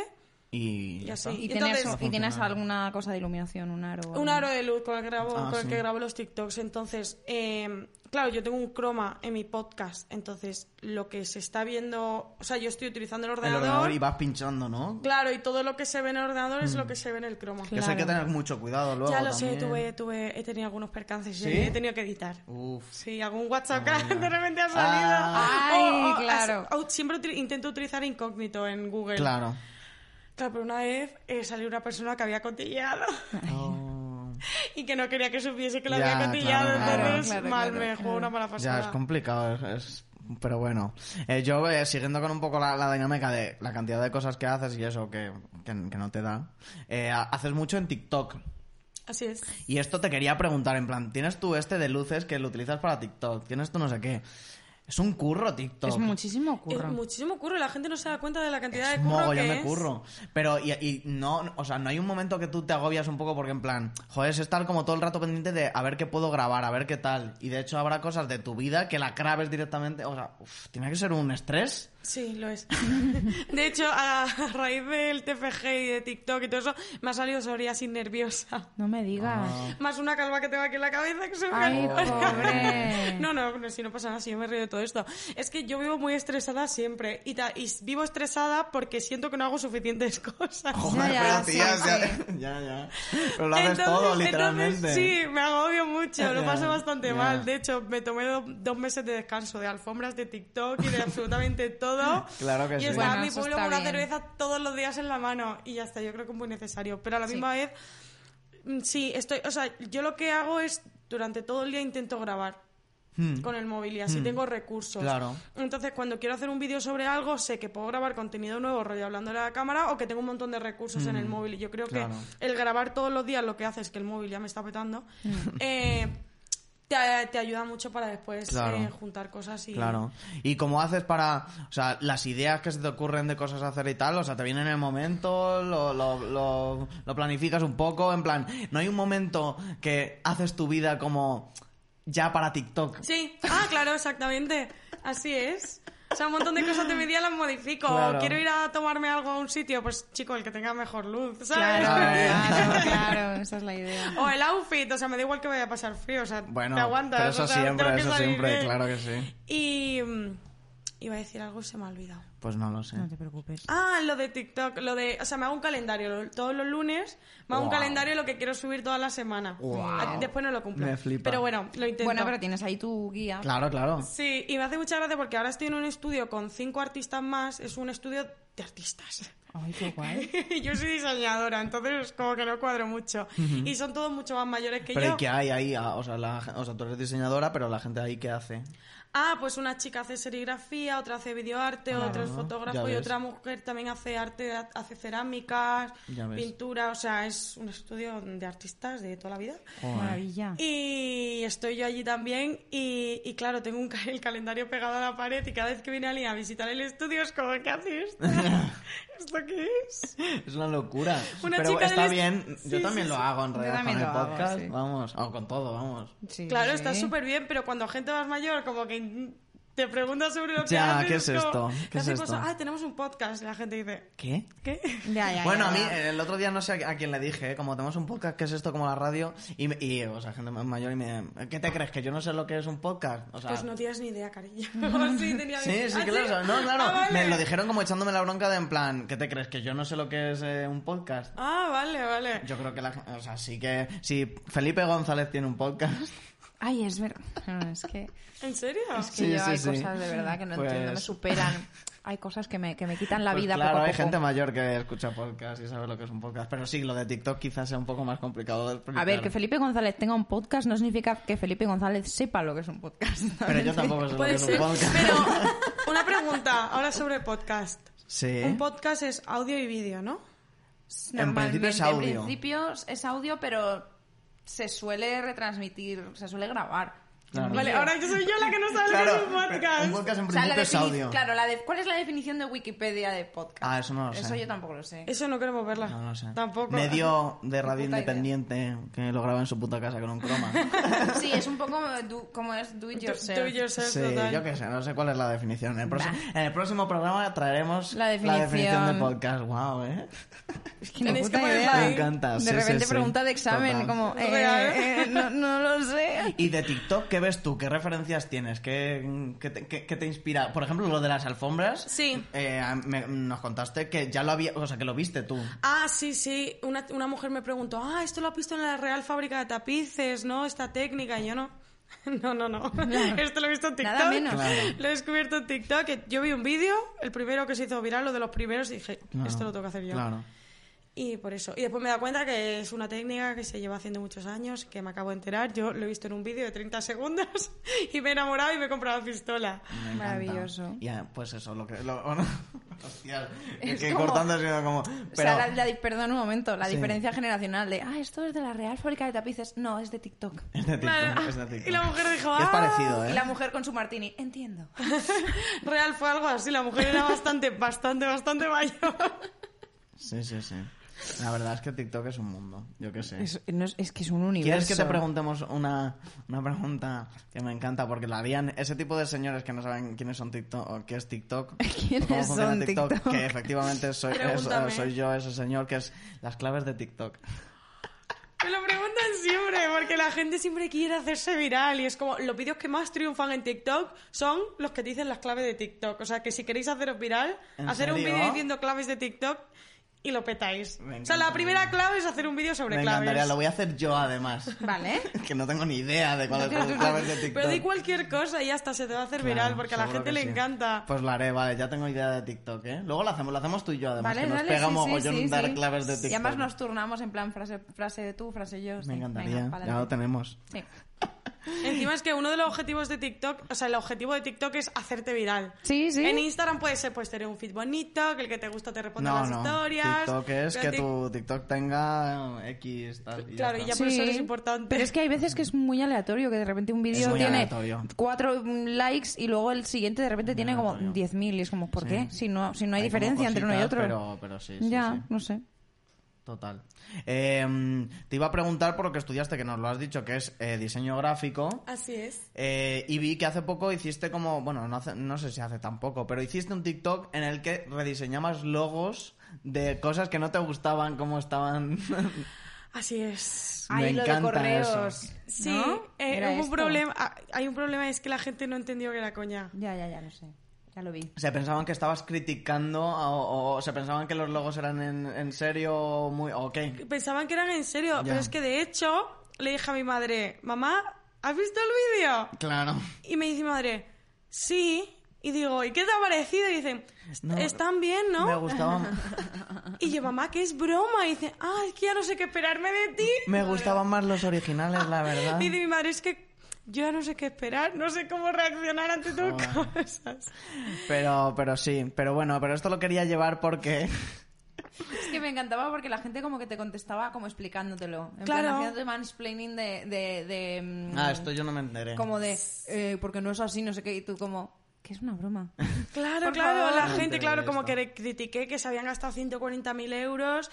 Speaker 1: Y
Speaker 3: Y
Speaker 1: ya
Speaker 3: así.
Speaker 1: está.
Speaker 2: ¿Y,
Speaker 3: Entonces-
Speaker 2: tienes, ¿Y tienes alguna cosa de iluminación? ¿Un aro?
Speaker 3: un aro de luz con el, que grabo,
Speaker 1: Ah,
Speaker 3: con el
Speaker 1: sí.
Speaker 3: que grabo los TikToks. Entonces, eh, claro, yo tengo un croma en mi podcast. Entonces, lo que se está viendo, o sea, yo estoy utilizando el
Speaker 1: El
Speaker 3: ordenador.
Speaker 1: ordenador y vas pinchando, ¿no?
Speaker 3: Claro, y todo lo que se ve en el ordenador es lo que se ve en el croma.
Speaker 1: Que eso hay que tener mucho cuidado luego
Speaker 3: ya lo
Speaker 1: también.
Speaker 3: sé, tuve, tuve, he tenido algunos percances
Speaker 1: ¿Sí?
Speaker 3: y he tenido que editar.
Speaker 1: Uf.
Speaker 3: Sí, algún WhatsApp [LAUGHS] que de repente ha salido.
Speaker 1: Ah.
Speaker 2: Ay,
Speaker 3: as-
Speaker 2: claro.
Speaker 3: o siempre utili- intento utilizar incógnito en Google.
Speaker 1: Claro.
Speaker 3: Claro, pero una vez eh, salió una persona que había cotilleado [LAUGHS]
Speaker 1: Oh.
Speaker 3: y que no quería que supiese que la
Speaker 1: Ya,
Speaker 3: había cotilleado.
Speaker 1: claro, claro.
Speaker 3: entonces,
Speaker 2: Claro,
Speaker 3: mal,
Speaker 2: claro,
Speaker 3: me jugó una mala pasada.
Speaker 1: Ya, es complicado. es- es- Pero bueno. Eh, yo, eh, siguiendo con un poco la, la dinámica de la cantidad de cosas que haces y eso que, que, que no te da, eh, ha- haces mucho en TikTok.
Speaker 3: Así es.
Speaker 1: Y esto te quería preguntar, en plan, tienes tú este de luces que lo utilizas para TikTok, tienes tú no sé qué. Es un curro TikTok.
Speaker 2: Es muchísimo curro.
Speaker 3: Es muchísimo curro, la gente no se da cuenta de la cantidad de
Speaker 1: Es
Speaker 3: curro
Speaker 1: mogollón
Speaker 3: que
Speaker 1: de
Speaker 3: es.
Speaker 1: curro. Pero, y, y no, o sea, no hay un momento que tú te agobias un poco porque, en plan, joder, es estar como todo el rato pendiente de a ver qué puedo grabar, a ver qué tal. Y de hecho, habrá cosas de tu vida que la grabes directamente. O sea, uf, tiene que ser un estrés.
Speaker 3: Sí, lo es. [LAUGHS] De hecho, a raíz del TFG y de TikTok y todo eso, me ha salido psoriasis nerviosa.
Speaker 2: No me digas.
Speaker 3: Más una calva que tengo aquí en la cabeza que se me
Speaker 2: Ay,
Speaker 3: cae.
Speaker 2: pobre.
Speaker 3: No, no, no, si no pasa nada, si yo me río de todo esto. Es que yo vivo muy estresada siempre. Y, ta- y vivo estresada porque siento que no hago suficientes [LAUGHS] cosas.
Speaker 1: Joder,
Speaker 2: ya,
Speaker 1: pero
Speaker 2: sí,
Speaker 1: tía,
Speaker 2: sí.
Speaker 1: ya- [LAUGHS] ya, ya. Pero lo haces todo,
Speaker 3: Entonces-
Speaker 1: literalmente.
Speaker 3: entonces, sí, me agobio mucho, lo
Speaker 1: Ya,
Speaker 3: paso bastante
Speaker 1: ya.
Speaker 3: mal. De hecho, me tomé do- dos meses de descanso, de alfombras, de TikTok y de absolutamente
Speaker 1: [LAUGHS]
Speaker 3: todo.
Speaker 1: Claro que
Speaker 3: y
Speaker 1: sí.
Speaker 3: estaba
Speaker 2: Bueno,
Speaker 3: en mi
Speaker 2: eso
Speaker 3: pueblo
Speaker 2: está
Speaker 3: con una
Speaker 2: bien.
Speaker 3: cerveza todos los días en la mano y ya está, yo creo que es muy necesario. Pero a la misma vez Mm, Sí, estoy, o sea, yo lo que hago es durante todo el día intento grabar
Speaker 1: Hmm.
Speaker 3: con el móvil y así
Speaker 1: Hmm.
Speaker 3: tengo recursos.
Speaker 1: Claro.
Speaker 3: Entonces, cuando quiero hacer un vídeo sobre algo, sé que puedo grabar contenido nuevo rollo hablando a la cámara o que tengo un montón de recursos en el móvil. Y yo creo
Speaker 1: Mm. claro.
Speaker 3: que el grabar todos los días lo que hace es que el móvil ya me está petando.
Speaker 1: Mm.
Speaker 3: eh, te, te ayuda mucho para después
Speaker 1: Claro.
Speaker 3: eh, juntar cosas y...
Speaker 1: Claro. ¿Y cómo haces para, o sea, las ideas que se te ocurren de cosas a hacer y tal? O sea, ¿te vienen en el momento? ¿Lo, lo, lo, lo planificas un poco? En plan, ¿no hay un momento que haces tu vida como ya para TikTok?
Speaker 3: Sí, ah, claro, exactamente. Así es. O sea, un montón de cosas de mi día las modifico.
Speaker 1: Claro.
Speaker 3: Quiero ir a tomarme algo a un sitio, pues chico, el que tenga mejor luz, ¿sabes?
Speaker 2: Claro,
Speaker 1: Ah, [LAUGHS]
Speaker 2: claro, claro, esa es la idea.
Speaker 3: [LAUGHS] O el outfit, o sea, me da igual que vaya a pasar frío, o sea,
Speaker 1: Bueno,
Speaker 3: te aguantas.
Speaker 1: pero eso
Speaker 3: o sea, tengo
Speaker 1: siempre,
Speaker 3: que
Speaker 1: eso
Speaker 3: salir
Speaker 1: siempre,
Speaker 3: bien.
Speaker 1: claro que sí.
Speaker 3: Y mm, iba a decir algo y se me ha olvidado.
Speaker 1: Pues no lo sé.
Speaker 4: No te preocupes.
Speaker 3: Ah, lo de TikTok, lo de, o sea, me hago un calendario lo- todos los lunes, me hago un
Speaker 1: Wow.
Speaker 3: calendario de lo que quiero subir toda la semana.
Speaker 1: Wow.
Speaker 3: Después no lo cumplo.
Speaker 1: Me flipa.
Speaker 3: Pero bueno, lo intento.
Speaker 2: Bueno, pero tienes ahí tu guía.
Speaker 1: Claro, claro.
Speaker 3: Sí, y me hace mucha gracia porque ahora estoy en un estudio con cinco artistas más, es un estudio de artistas. [LAUGHS]
Speaker 4: Ay, qué guay.
Speaker 3: yo soy diseñadora, entonces como que no cuadro mucho. Y son todos mucho más mayores que
Speaker 1: Pero
Speaker 3: yo.
Speaker 1: ¿y qué hay ahí? Ah, O sea, la, o sea, tú eres diseñadora, pero la gente ahí, ¿qué
Speaker 3: [LAUGHS]
Speaker 1: hace?
Speaker 3: Ah, pues una chica hace serigrafía, otra hace videoarte, otra es fotógrafo
Speaker 1: Ah, ya
Speaker 3: y
Speaker 1: ves.
Speaker 3: otra mujer también hace arte, hace cerámicas,
Speaker 1: Ya ves.
Speaker 3: pintura, o sea, es un estudio de artistas de toda la vida.
Speaker 1: Joder.
Speaker 4: Maravilla.
Speaker 3: Y estoy yo allí también y, y claro, tengo un ca- el calendario pegado a la pared y cada vez que viene alguien a visitar el estudio es como, ¿qué haces?
Speaker 1: [LAUGHS]
Speaker 3: esto? ¿Esto qué es?
Speaker 1: Es una locura.
Speaker 3: Una
Speaker 1: pero
Speaker 3: chica
Speaker 1: está
Speaker 3: del est-
Speaker 1: bien, yo
Speaker 3: Sí,
Speaker 1: también
Speaker 3: sí,
Speaker 1: lo
Speaker 3: sí.
Speaker 1: hago en
Speaker 2: Yo
Speaker 1: realidad con
Speaker 2: también
Speaker 1: el
Speaker 2: lo hago,
Speaker 1: podcast,
Speaker 2: sí.
Speaker 1: vamos, o con todo, vamos.
Speaker 2: Sí,
Speaker 3: Claro,
Speaker 2: sí.
Speaker 3: está súper bien, pero cuando gente más mayor como que mm, te pregunta sobre lo que
Speaker 1: Ya,
Speaker 3: haces,
Speaker 1: ¿qué es
Speaker 3: como,
Speaker 1: esto? ¿Qué es
Speaker 3: hacemos?
Speaker 1: esto?
Speaker 3: Ah, tenemos un podcast. Y la gente dice,
Speaker 1: ¿Qué?
Speaker 3: ¿qué?
Speaker 2: Ya, ya,
Speaker 1: Bueno,
Speaker 2: ya,
Speaker 1: a mí
Speaker 2: ya.
Speaker 1: eh, el otro día no sé a a quién le dije, ¿eh? como tenemos un podcast, ¿qué es esto como la radio? Y, me- y, o sea, gente más mayor y me... ¿Qué te crees? ¿Que yo no sé lo que es un podcast? O sea...
Speaker 3: Pues no tienes ni
Speaker 1: [LAUGHS]
Speaker 3: idea, cariño. [LAUGHS] O sí, tenía
Speaker 1: Sí, sí,
Speaker 3: ¿Ah,
Speaker 1: que lo sabes. No, claro.
Speaker 3: Ah, vale.
Speaker 1: Me lo dijeron como echándome la bronca de en plan, ¿qué te crees? ¿Que yo no sé lo que es eh, un podcast?
Speaker 3: Ah, vale, vale.
Speaker 1: Yo creo que la... O sea, sí que... Si Felipe González tiene un podcast...
Speaker 2: Ay, es verdad. No, es que,
Speaker 3: ¿En serio?
Speaker 2: es que
Speaker 1: Sí,
Speaker 2: yo
Speaker 1: sí,
Speaker 2: hay
Speaker 1: sí.
Speaker 2: cosas de verdad que no entiendo, me
Speaker 1: Pues-
Speaker 2: superan. Hay cosas que me, que me quitan [LAUGHS] la
Speaker 1: Pues
Speaker 2: vida
Speaker 1: claro,
Speaker 2: poco a
Speaker 1: hay
Speaker 2: poco.
Speaker 1: gente mayor que escucha podcast y sabe lo que es un podcast. Pero sí, lo de TikTok quizás sea un poco más complicado de explicar.
Speaker 2: A ver, que Felipe González tenga un podcast no significa que Felipe González sepa lo que es un podcast. [LAUGHS]
Speaker 1: Pero yo tampoco sé lo que
Speaker 3: Puede
Speaker 1: es un
Speaker 3: ser.
Speaker 1: podcast.
Speaker 3: Pero
Speaker 1: [LAUGHS]
Speaker 3: una pregunta ahora sobre podcast.
Speaker 1: Sí.
Speaker 3: Un podcast es audio y vídeo, ¿no?
Speaker 1: En principio es
Speaker 2: Normalmente,
Speaker 1: audio.
Speaker 2: En principio es audio, pero se suele retransmitir, se suele grabar.
Speaker 1: Claro.
Speaker 3: Vale, ahora yo soy yo la que no sabe lo que es un
Speaker 1: pero
Speaker 3: podcast.
Speaker 1: un podcast en
Speaker 2: O sea,
Speaker 1: principio
Speaker 2: la
Speaker 1: es
Speaker 2: defini-
Speaker 1: audio.
Speaker 2: Claro, la de- ¿cuál es la definición de Wikipedia de podcast?
Speaker 1: Ah, eso no lo
Speaker 2: Eso
Speaker 1: sé.
Speaker 2: yo tampoco lo [LAUGHS] sé.
Speaker 3: Eso no queremos verla.
Speaker 1: No, no sé.
Speaker 3: Tampoco. [LAUGHS]
Speaker 1: Medio de
Speaker 2: Ni
Speaker 1: radio
Speaker 2: puta
Speaker 1: independiente que lo graba en su puta casa con un
Speaker 3: [LAUGHS]
Speaker 1: croma.
Speaker 2: Sí, es un poco do- como es do it
Speaker 3: Do-
Speaker 2: yourself.
Speaker 3: do it yourself,
Speaker 1: Sí,
Speaker 3: total.
Speaker 1: yo qué sé, no sé cuál es la definición. En el, próximo- en el próximo programa traeremos
Speaker 2: La
Speaker 1: definición de
Speaker 2: definición.
Speaker 1: podcast. Wow, ¿eh?
Speaker 2: Es que ni
Speaker 3: Tenéis
Speaker 2: puta
Speaker 3: que ponerla
Speaker 2: idea.
Speaker 3: ahí.
Speaker 1: Me encanta,
Speaker 2: De
Speaker 1: sí, sí,
Speaker 2: repente
Speaker 1: sí.
Speaker 2: pregunta de examen,
Speaker 1: Total.
Speaker 2: como, eh,
Speaker 3: Real.
Speaker 2: eh, no, no lo
Speaker 1: [LAUGHS]
Speaker 2: sé.
Speaker 1: Y de TikTok, ¿qué ves tú? ¿Qué referencias tienes? ¿Qué, qué te, qué- qué te inspira? Por ejemplo, lo de las alfombras.
Speaker 3: Sí.
Speaker 1: Eh, me- nos contaste que ya lo había, o sea, que lo viste tú.
Speaker 3: Ah, sí, sí. Una, una mujer me preguntó, ah, esto lo has visto en la Real Fábrica de Tapices, ¿no? Esta técnica. Y yo no. [LAUGHS] No, no,
Speaker 2: [LAUGHS]
Speaker 3: no. Esto lo he visto en TikTok.
Speaker 2: Nada menos.
Speaker 1: Claro.
Speaker 3: Lo he descubierto en TikTok. que Yo vi un vídeo, el primero que se hizo viral, lo de los primeros, y dije,
Speaker 1: Claro,
Speaker 3: esto lo tengo que hacer yo.
Speaker 1: Claro.
Speaker 3: Y por eso. Y después me he dado cuenta que es una técnica que se lleva haciendo muchos años, que me acabo de enterar. Yo lo he visto en un vídeo de 30 segundos [LAUGHS] y me he enamorado y me he comprado pistola. [LAUGHS]
Speaker 1: Me encanta.
Speaker 2: Maravilloso.
Speaker 1: Ya, pues eso, lo que. Lo, [LAUGHS] hostias,
Speaker 2: Es
Speaker 1: que
Speaker 2: como-
Speaker 1: cortando ha sido como.
Speaker 2: O
Speaker 1: Pero,
Speaker 2: sea, la- la di- perdón un momento, la
Speaker 1: Sí.
Speaker 2: diferencia generacional de, ah, esto es de la Real Fábrica de Tapices. No, es de TikTok.
Speaker 1: [LAUGHS] es de TikTok,
Speaker 3: Claro.
Speaker 1: es de TikTok.
Speaker 3: Y la mujer dijo,
Speaker 1: Que es
Speaker 3: "Ah".
Speaker 1: parecido,
Speaker 2: Y
Speaker 1: ¿eh?
Speaker 2: la mujer con su martini, entiendo.
Speaker 3: Real fue algo así. La mujer era bastante, bastante, bastante mayor. [LAUGHS]
Speaker 1: Sí, sí, sí. La verdad es que TikTok es un mundo, yo qué sé.
Speaker 2: Es, no es- es que es un universo.
Speaker 1: ¿Quieres que te preguntemos una, una pregunta que me encanta? Porque la harían ese tipo de señores que no saben quiénes son TikTok o qué es TikTok.
Speaker 2: [LAUGHS] ¿Quiénes
Speaker 1: o cómo funciona
Speaker 2: son TikTok?
Speaker 1: Que efectivamente soy, es-
Speaker 3: Pregúntame.
Speaker 1: soy yo ese señor que es las claves de TikTok.
Speaker 3: Me lo preguntan siempre, porque la gente siempre quiere hacerse viral. Y es como, los vídeos que más triunfan en TikTok son los que te dicen las claves de TikTok. O sea, que si queréis haceros viral,
Speaker 1: ¿En
Speaker 3: hacer un
Speaker 1: serio?
Speaker 3: vídeo diciendo claves de TikTok y lo petáis.
Speaker 1: Me
Speaker 3: O sea, la
Speaker 1: encantaría.
Speaker 3: primera clave es hacer un vídeo sobre
Speaker 1: Me
Speaker 3: claves.
Speaker 1: encantaría, lo voy a hacer yo además. [LAUGHS]
Speaker 2: Vale.
Speaker 1: que no tengo ni idea de cuáles son las claves de TikTok.
Speaker 3: [LAUGHS] Pero di cualquier cosa y hasta se te va a hacer
Speaker 1: Claro,
Speaker 3: viral porque a la
Speaker 1: seguro
Speaker 3: gente
Speaker 1: que
Speaker 3: le
Speaker 1: sí.
Speaker 3: encanta.
Speaker 1: Pues lo haré, vale, ya tengo idea de TikTok, ¿eh? Luego lo hacemos, lo hacemos tú y yo, además,
Speaker 2: Vale,
Speaker 1: que nos
Speaker 2: dale,
Speaker 1: pega
Speaker 2: sí, sí,
Speaker 1: mogollón
Speaker 2: sí,
Speaker 1: dar
Speaker 2: sí.
Speaker 1: claves de TikTok.
Speaker 2: Y además nos turnamos en plan frase, frase tú, frase yo. sí.
Speaker 1: Me encantaría,
Speaker 2: Venga, pa'lante.
Speaker 1: ya lo tenemos.
Speaker 2: Sí.
Speaker 3: Encima es que uno de los objetivos de TikTok, o sea, el objetivo de TikTok es hacerte viral.
Speaker 2: Sí, sí.
Speaker 3: En Instagram puede ser pues tener un feed bonito, que el que te gusta te responda
Speaker 1: No,
Speaker 3: las
Speaker 1: no,
Speaker 3: historias.
Speaker 1: TikTok es
Speaker 3: Pero
Speaker 1: que
Speaker 3: Tik-
Speaker 1: tu TikTok tenga eh, X, tal, y
Speaker 3: Claro,
Speaker 1: ya
Speaker 3: y
Speaker 1: está.
Speaker 3: ya- por eso es importante.
Speaker 2: Pero es que hay veces que es muy aleatorio, que de repente un vídeo
Speaker 1: muy
Speaker 2: tiene
Speaker 1: aleatorio.
Speaker 2: cuatro mm, likes y luego el siguiente de repente tiene como
Speaker 1: aleatorio.
Speaker 2: 10.000 y es como, ¿por
Speaker 1: Sí.
Speaker 2: qué? Si no, si no hay,
Speaker 1: como
Speaker 2: diferencia entre uno y
Speaker 1: cositas,
Speaker 2: otro.
Speaker 1: Pero, pero sí, sí,
Speaker 2: ya,
Speaker 1: sí.
Speaker 2: no sé.
Speaker 1: Total. Eh, te iba a preguntar por lo que estudiaste, que nos lo has dicho, que es eh, diseño gráfico.
Speaker 3: Así es.
Speaker 1: Eh, y vi que hace poco hiciste como, bueno, no, hace- no sé si hace tampoco, pero hiciste un TikTok en el que rediseñabas logos de cosas que no te gustaban, como estaban. [LAUGHS]
Speaker 3: Así es.
Speaker 1: Me
Speaker 2: Ahí lo de
Speaker 1: encanta
Speaker 2: correos.
Speaker 1: eso.
Speaker 2: ¿no?
Speaker 3: Sí, eh,
Speaker 2: Era
Speaker 3: hubo un
Speaker 2: esto.
Speaker 3: problema. ah, Hay un problema, es que la gente no entendió que era coña.
Speaker 2: Ya, ya, ya, no sé. Ya lo vi.
Speaker 1: Se pensaban que estabas criticando o, o se pensaban que los logos eran en, en serio o muy... ¿O qué?
Speaker 3: Pensaban que eran en serio,
Speaker 1: Ya.
Speaker 3: pero es que de hecho le dije a mi madre, mamá, ¿has visto el vídeo?
Speaker 1: Claro.
Speaker 3: Y me dice mi madre, sí. Y digo, ¿y qué te ha parecido? Y dice,
Speaker 1: No,
Speaker 3: están bien, ¿no?
Speaker 1: Me gustaban,
Speaker 3: Y yo, mamá, que es broma. Y dice, ah, es que ya no sé qué esperarme de ti.
Speaker 1: me gustaban más los originales, la
Speaker 3: [LAUGHS]
Speaker 1: verdad.
Speaker 3: Dice mi madre, es que yo ya no sé qué esperar, no sé cómo reaccionar ante tus
Speaker 1: Joder.
Speaker 3: cosas.
Speaker 1: Pero, pero sí, pero bueno, pero esto lo quería llevar
Speaker 3: [LAUGHS]
Speaker 1: porque...
Speaker 2: Es que me encantaba porque la gente como que te contestaba como explicándotelo. En
Speaker 3: Claro.
Speaker 2: plan, haciéndote mansplaining de... de, de, mm,
Speaker 1: Ah, esto yo no me enteré.
Speaker 2: Como de, eh, porque no es así, no sé qué. Y tú como, que es una broma.
Speaker 3: Claro,
Speaker 2: Por
Speaker 3: claro,
Speaker 2: favor.
Speaker 3: la
Speaker 1: No
Speaker 3: gente,
Speaker 1: entendí
Speaker 3: claro, como
Speaker 1: esto.
Speaker 3: que le critiqué que se habían gastado 140.000 euros.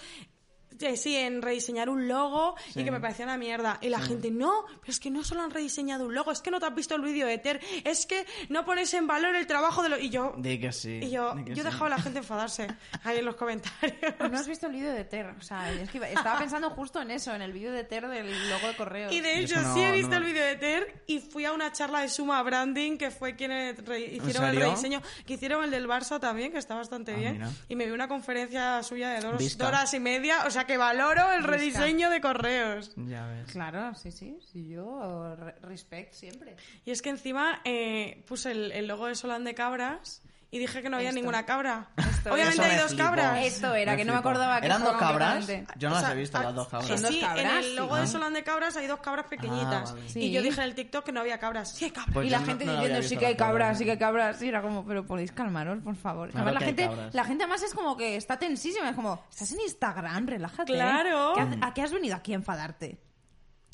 Speaker 3: eh, Sí, en rediseñar un logo y que me parecía una mierda. Y la gente, no, pero es que no solo han rediseñado un logo, es que no te has visto el vídeo de Ter, es que no pones en valor el trabajo de los... Y yo,
Speaker 1: Di que sí.
Speaker 3: y yo,
Speaker 1: di que
Speaker 3: yo
Speaker 1: sí.
Speaker 3: dejaba a la gente enfadarse ahí en los comentarios.
Speaker 2: [LAUGHS] No has visto el vídeo de Ter. O sea, es que iba- [LAUGHS] estaba pensando justo en eso, en el vídeo de Ter del logo de correo.
Speaker 3: Y de
Speaker 1: Y
Speaker 3: hecho,
Speaker 1: eso no-
Speaker 3: sí he visto
Speaker 1: no-
Speaker 3: el vídeo de Ter y fui a una charla de Suma Branding, que fue quienes re- hicieron el
Speaker 1: serio?
Speaker 3: rediseño, que hicieron el del Barça también, que está bastante
Speaker 1: Ah,
Speaker 3: bien.
Speaker 1: mira.
Speaker 3: Y me vi una conferencia suya de dos,
Speaker 1: Vista.
Speaker 3: dos horas y media, o sea que valoro el rediseño de correos.
Speaker 1: Ya ves.
Speaker 2: Claro, sí, sí, sí, yo re- respect siempre.
Speaker 3: Y es que encima eh, puse el, el logo de Solán de Cabras y dije que no había
Speaker 2: Esto.
Speaker 3: ninguna cabra.
Speaker 2: Esto.
Speaker 1: Eso
Speaker 3: Obviamente hay
Speaker 1: me
Speaker 3: dos
Speaker 1: flipó.
Speaker 3: cabras.
Speaker 2: Esto era,
Speaker 1: Me
Speaker 2: que no me
Speaker 1: flipó.
Speaker 2: acababa que
Speaker 1: ¿Eran dos
Speaker 2: estaba
Speaker 1: cabras?
Speaker 2: completamente-
Speaker 1: Yo no las
Speaker 3: O sea,
Speaker 1: he visto,
Speaker 3: ah,
Speaker 1: las dos
Speaker 3: que
Speaker 1: cabras.
Speaker 2: Son dos
Speaker 3: sí, en
Speaker 2: cabras,
Speaker 3: el logo
Speaker 2: sí.
Speaker 3: de Solán de Cabras hay dos cabras pequeñitas.
Speaker 1: Ah, vale.
Speaker 2: Sí.
Speaker 3: Y yo dije en el TikTok que no había cabras. Sí, hay cabras.
Speaker 1: Pues
Speaker 2: y
Speaker 1: yo
Speaker 2: la
Speaker 1: no-
Speaker 2: gente
Speaker 1: no lo había
Speaker 2: diciendo,
Speaker 1: visto
Speaker 2: sí que hay
Speaker 1: las cabras.
Speaker 2: cabras, sí que hay cabras. Y era como, pero podéis calmaros, por favor.
Speaker 1: Claro que
Speaker 2: Además, la,
Speaker 1: hay
Speaker 2: gente,
Speaker 1: cabras.
Speaker 2: la gente además es como que está tensísima. Es como, estás en Instagram, relájate.
Speaker 3: Claro.
Speaker 2: ¿Qué hace- ¿A qué has venido aquí a enfadarte?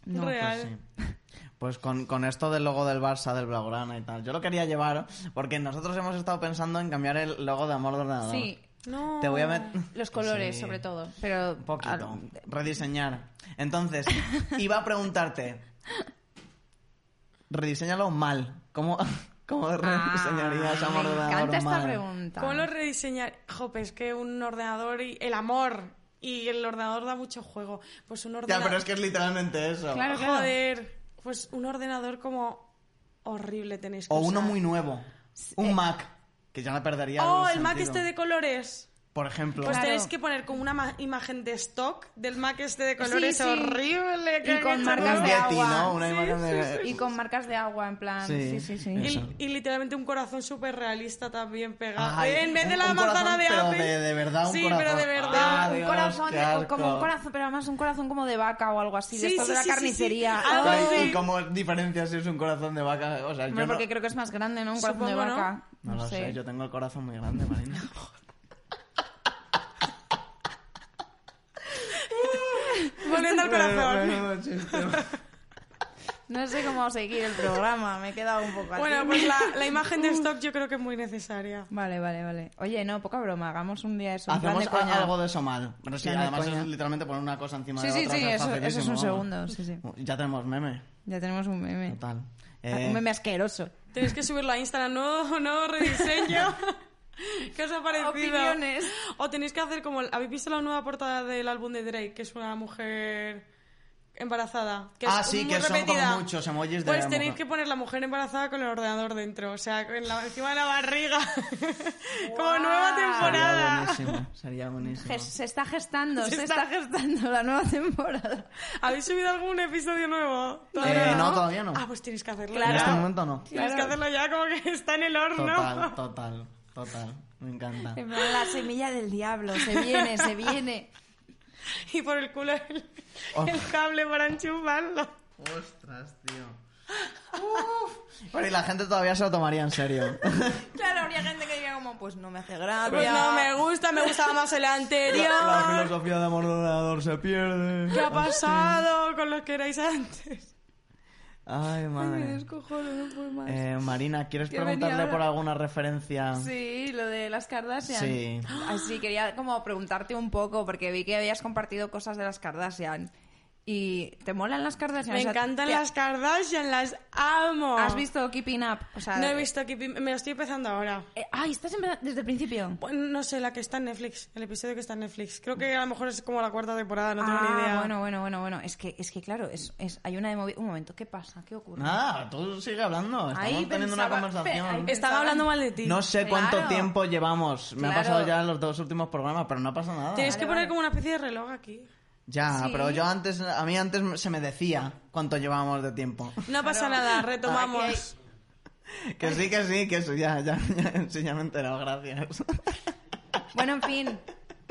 Speaker 2: No,
Speaker 3: Real.
Speaker 1: Pues sí. Pues con, con esto del logo del Barça, del Blaugrana y tal. Yo lo quería llevar porque nosotros hemos estado pensando en cambiar el logo de Amor de Ordenador.
Speaker 2: Sí,
Speaker 3: No.
Speaker 1: Te voy a meter...
Speaker 2: [LAUGHS] los colores
Speaker 1: Sí.
Speaker 2: sobre todo. Ah, Pero
Speaker 1: Un poquito.
Speaker 2: al-
Speaker 1: Rediseñar.
Speaker 2: [LAUGHS]
Speaker 1: Entonces, iba a preguntarte. Rediseñalo mal. ¿Cómo, [LAUGHS] cómo [LAUGHS] rediseñarías
Speaker 2: Ah,
Speaker 1: amor de
Speaker 2: Me
Speaker 1: ordenador
Speaker 2: encanta esta
Speaker 1: mal?
Speaker 2: pregunta.
Speaker 3: ¿Cómo lo rediseñar? Jope, es que un ordenador y el amor y el ordenador da mucho juego. Pues un
Speaker 1: Ya,
Speaker 3: ordenador.
Speaker 1: pero es que es literalmente eso.
Speaker 2: Claro, claro.
Speaker 3: Joder, pues un ordenador como horrible tenéis que
Speaker 1: O uno
Speaker 3: usar.
Speaker 1: muy nuevo.
Speaker 2: eh,
Speaker 1: Un Mac. Que ya no perdería
Speaker 3: Oh, el
Speaker 1: sentido.
Speaker 3: Mac este de colores.
Speaker 1: Por ejemplo.
Speaker 3: Pues
Speaker 2: Claro.
Speaker 3: tenéis que poner como una ma- imagen de stock del Mac este de colores
Speaker 2: sí.
Speaker 3: horrible. que
Speaker 2: Y
Speaker 3: han
Speaker 2: con
Speaker 3: hecho
Speaker 2: marcas
Speaker 1: un
Speaker 3: nuevo.
Speaker 2: de
Speaker 1: Yeti,
Speaker 2: agua.
Speaker 1: ¿no? Una imagen de...
Speaker 2: Y con marcas de agua, en plan.
Speaker 1: Sí.
Speaker 2: Sí, sí, sí.
Speaker 1: Y- Eso.
Speaker 3: Y, y literalmente un corazón súper realista también pegado.
Speaker 1: Ay,
Speaker 3: en vez de
Speaker 1: un-
Speaker 3: la
Speaker 1: un
Speaker 3: manzana
Speaker 1: corazón, pero
Speaker 3: de Apple.
Speaker 1: de- de verdad, un
Speaker 3: sí, pero
Speaker 1: corazón.
Speaker 3: de
Speaker 1: Ah,
Speaker 3: verdad.
Speaker 2: un
Speaker 1: Dios,
Speaker 2: corazón,
Speaker 1: qué
Speaker 2: de-
Speaker 1: asco.
Speaker 2: como un corazón, pero además un corazón como de vaca o algo así,
Speaker 3: Sí,
Speaker 2: de estos
Speaker 3: sí,
Speaker 2: de la
Speaker 3: sí, sí,
Speaker 2: carnicería.
Speaker 3: sí.
Speaker 1: Ah,
Speaker 3: Algo
Speaker 2: Ay,
Speaker 3: así.
Speaker 1: Ay, ¿Y cómo diferencia si es un corazón de vaca? O sea, yo
Speaker 2: hombre,
Speaker 1: no...
Speaker 2: porque creo que es más grande, ¿no? Un corazón de
Speaker 3: Supongo, ¿no?
Speaker 2: vaca.
Speaker 1: No lo sé. yo tengo el corazón muy grande,
Speaker 2: [LAUGHS]
Speaker 1: Marina.
Speaker 3: Volviendo al corazón.
Speaker 1: Menudo chiste.
Speaker 2: No sé cómo seguir el programa, me he quedado un poco así.
Speaker 3: Bueno, pues la, la imagen de stock yo creo que es muy necesaria.
Speaker 2: Vale, vale, vale. Oye, no, poca broma, hagamos un día eso. en plan
Speaker 1: Hacemos
Speaker 2: de coña.
Speaker 1: a- algo de eso mal. Pero sí,
Speaker 2: Plan de
Speaker 1: además
Speaker 2: coña.
Speaker 1: es literalmente poner una cosa encima
Speaker 2: Sí,
Speaker 1: de
Speaker 2: sí,
Speaker 1: otra.
Speaker 2: sí,
Speaker 1: o sea,
Speaker 2: eso, eso es
Speaker 1: facilísimo,
Speaker 2: un
Speaker 1: vamos.
Speaker 2: segundo. Sí, sí.
Speaker 1: Ya tenemos meme.
Speaker 2: Ya tenemos un meme.
Speaker 1: Total.
Speaker 2: Ah,
Speaker 1: Eh,
Speaker 2: Un meme asqueroso.
Speaker 3: Tenéis que subirlo a Instagram, nuevo, [LAUGHS] nuevo rediseño. ¿Qué os ha parecido?
Speaker 2: Opiniones.
Speaker 3: O tenéis que hacer como... ¿Habéis visto la nueva portada del álbum de Drake? Que es una mujer... embarazada. Que
Speaker 1: Ah,
Speaker 3: es
Speaker 1: sí,
Speaker 3: muy
Speaker 1: que son como
Speaker 3: repetida.
Speaker 1: muchos emojis de
Speaker 3: Pues
Speaker 1: la
Speaker 3: tenéis
Speaker 1: mujer.
Speaker 3: que poner la mujer embarazada con el ordenador dentro, o sea, en la- encima de la barriga. [LAUGHS] como nueva
Speaker 1: Sería
Speaker 3: temporada.
Speaker 1: buenísimo,
Speaker 2: [LAUGHS]
Speaker 1: sería buenísimo.
Speaker 2: Ges- Se está gestando, se,
Speaker 3: Se
Speaker 2: está...
Speaker 3: está-
Speaker 2: gestando la nueva temporada.
Speaker 3: ¿Habéis subido algún episodio nuevo?
Speaker 1: Eh, no, todavía no.
Speaker 3: Ah, pues tienes que hacerlo.
Speaker 1: En
Speaker 3: ya.
Speaker 1: este momento
Speaker 2: [LAUGHS]
Speaker 1: no.
Speaker 3: Tienes que hacerlo ya como que [LAUGHS] está en el horno.
Speaker 1: Total, total, total. Me encanta.
Speaker 2: En plan, La semilla del diablo, se viene, se viene.
Speaker 3: [LAUGHS] Y por el culo el,
Speaker 1: Oh.
Speaker 3: el cable para enchufarlo.
Speaker 1: Ostras, tío. Bueno, y la gente todavía se lo tomaría en serio.
Speaker 2: [LAUGHS] Claro, habría gente que diría como, pues no me hace gracia. Eh,
Speaker 3: Pues no me gusta, me gustaba más el anterior.
Speaker 1: filosofía de amor de ordenador se pierde.
Speaker 3: ¿Qué ha pasado con los que erais antes?
Speaker 1: Ay, madre.
Speaker 2: no puedo más.
Speaker 1: Eh, Marina, ¿quieres
Speaker 2: Que venía
Speaker 1: preguntarle
Speaker 2: ahora.
Speaker 1: por alguna referencia?
Speaker 2: Sí, lo de las Kardashian.
Speaker 1: Sí.
Speaker 2: Así quería como preguntarte un poco, porque vi que habías compartido cosas de las Kardashian. ¿Y te molan las Kardashian?
Speaker 3: [LAUGHS] Me
Speaker 2: O sea,
Speaker 3: encantan
Speaker 2: te-
Speaker 3: las Kardashian, las amo.
Speaker 2: ¿Has visto Keeping Up? O sea,
Speaker 3: No he visto que me lo estoy empezando ahora.
Speaker 2: eh, ay, estás en verdad- desde el principio.
Speaker 3: Bueno, No sé, la que está en Netflix, el episodio que está en Netflix. Creo que a lo mejor es como la cuarta temporada, no tengo
Speaker 2: Ah,
Speaker 3: ni idea.
Speaker 2: Bueno, bueno, bueno, bueno. Es que, es que claro, es, es- hay una de movi- Un momento, ¿qué pasa? ¿Qué ocurre?
Speaker 1: Nada, tú sigue hablando. Estamos
Speaker 2: Ahí
Speaker 1: teniendo
Speaker 2: pensaba-
Speaker 1: una conversación.
Speaker 2: pe-
Speaker 3: Están hablando mal de ti.
Speaker 1: No sé cuánto
Speaker 2: Claro.
Speaker 1: tiempo llevamos. Me ha
Speaker 2: Claro.
Speaker 1: pasado ya los dos últimos programas, pero no pasa nada.
Speaker 3: Tienes que
Speaker 2: Vale,
Speaker 3: poner
Speaker 2: vale.
Speaker 3: como una especie de reloj aquí.
Speaker 1: Ya,
Speaker 2: Sí.
Speaker 1: pero yo antes, a mí antes se me decía cuánto llevábamos de tiempo. [LAUGHS]
Speaker 3: No pasa nada, retomamos.
Speaker 2: Aquí
Speaker 1: Que sí, que sí, que eso ya, ya, ya, [LAUGHS] sí, ya me he enterado, gracias.
Speaker 2: Bueno, en fin.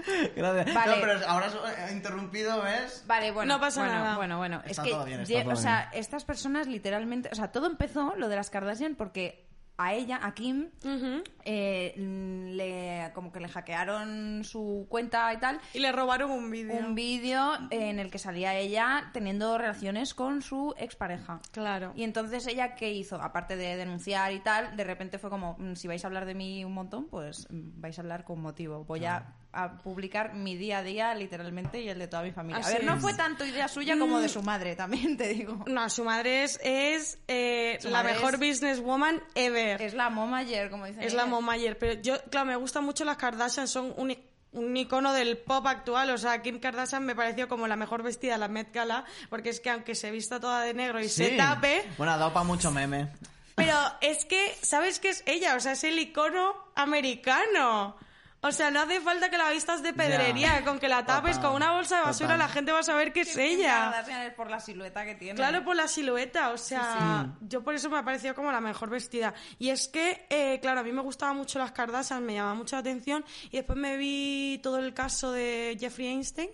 Speaker 1: [LAUGHS] Gracias.
Speaker 2: Vale.
Speaker 1: No, pero ahora has interrumpido, ¿ves?
Speaker 2: Vale, bueno.
Speaker 3: No pasa
Speaker 2: bueno,
Speaker 3: nada.
Speaker 2: Bueno, bueno.
Speaker 1: Está
Speaker 2: es que,
Speaker 1: todo bien, está
Speaker 2: ye-
Speaker 1: todo
Speaker 2: o sea, estas personas literalmente. O sea, todo empezó lo de las Kardashian porque a ella, a Kim,
Speaker 3: Ujú.
Speaker 2: eh, mm, le, como que le hackearon su cuenta y tal.
Speaker 3: Y le robaron un vídeo.
Speaker 2: Un vídeo en el que salía ella teniendo relaciones con su expareja.
Speaker 3: Claro.
Speaker 2: Y entonces ella, ¿qué hizo? Aparte de denunciar y tal, de repente fue como, "Mm, si vais a hablar de mí un montón, pues mm, vais a hablar con motivo. Voy a, a publicar mi día a día, literalmente, y el de toda mi familia.
Speaker 3: Así
Speaker 2: a ver, no
Speaker 3: es. Mm.
Speaker 2: fue tanto idea suya como de su madre, también te
Speaker 3: [LAUGHS]
Speaker 2: digo.
Speaker 3: No, su madre es, es, eh,
Speaker 2: Su
Speaker 3: la
Speaker 2: madre
Speaker 3: mejor
Speaker 2: es-
Speaker 3: businesswoman ever. Es,
Speaker 2: Es la momager, como dicen.
Speaker 3: la
Speaker 2: ellas.
Speaker 3: mom Mayer. Pero yo, claro, me gustan mucho las Kardashian, son un, i- un icono del pop actual. O sea, Kim Kardashian me pareció como la mejor vestida de la Met Gala, porque es que aunque se vista toda de negro y se tape,
Speaker 1: Bueno, ha dado para mucho meme.
Speaker 3: Pero es que, ¿sabes qué es ella? O sea, es el icono americano. O sea, no hace falta que la vistas de pedrería,
Speaker 1: Ya.
Speaker 3: con que la tapes
Speaker 1: Total,
Speaker 3: con una bolsa de basura,
Speaker 1: total.
Speaker 3: la gente va a saber que es
Speaker 2: Kim
Speaker 3: ella.
Speaker 2: Kardashian es por la silueta que tiene.
Speaker 3: Claro, por la silueta, o sea, yo por eso me ha parecido como la mejor vestida. Y es que, eh, claro, a mí me gustaban mucho las Kardashian, me llamaba mucho la atención, y después me vi todo el caso de Jeffrey Einstein.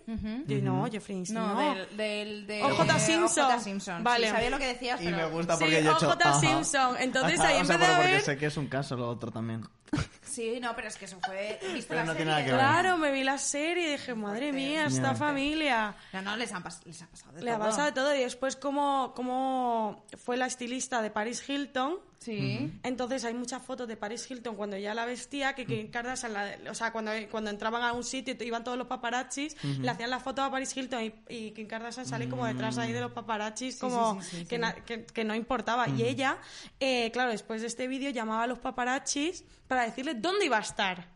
Speaker 3: Yo no, Jeffrey Einstein.
Speaker 2: No,
Speaker 3: No,
Speaker 2: del... del, del-
Speaker 3: OJ
Speaker 2: de
Speaker 3: Simpson.
Speaker 2: Simpson.
Speaker 3: Vale.
Speaker 2: Sí, sabía lo que decías,
Speaker 1: Y
Speaker 2: pero-
Speaker 1: me gusta
Speaker 3: Sí,
Speaker 1: porque yo he hecho...
Speaker 3: OJ
Speaker 1: ajá.
Speaker 3: Simpson. Entonces,
Speaker 1: Ajá,
Speaker 3: ahí
Speaker 1: o sea,
Speaker 3: en vez de
Speaker 1: pero porque
Speaker 3: haber-
Speaker 1: sé que es un caso lo otro también.
Speaker 2: Sí, no, pero es que eso
Speaker 1: [LAUGHS]
Speaker 2: fue... ¿Viste
Speaker 1: Pero
Speaker 2: la
Speaker 1: no tiene nada
Speaker 2: serie?
Speaker 1: que ver.
Speaker 3: Claro, me vi la serie y dije, madre mía, esta
Speaker 1: Ya.
Speaker 3: familia.
Speaker 2: No, no, les, han pas- les ha pasado de
Speaker 3: Le ha
Speaker 2: todo.
Speaker 3: pasado de todo y después cómo, cómo fue la estilista de Paris Hilton.
Speaker 2: Sí.
Speaker 3: Entonces hay muchas fotos de Paris Hilton cuando ya la vestía, que Kim Kardashian, la- o sea, cuando, cuando entraban a un sitio y iban todos los paparazzis, le hacían las fotos a Paris Hilton y, y Kim Kardashian salía como detrás ahí de los paparazzis, como
Speaker 2: sí, sí, sí,
Speaker 3: que, na- que- que no importaba. Y ella, eh, claro, después de este vídeo llamaba a los paparazzis para decirles dónde iba a estar.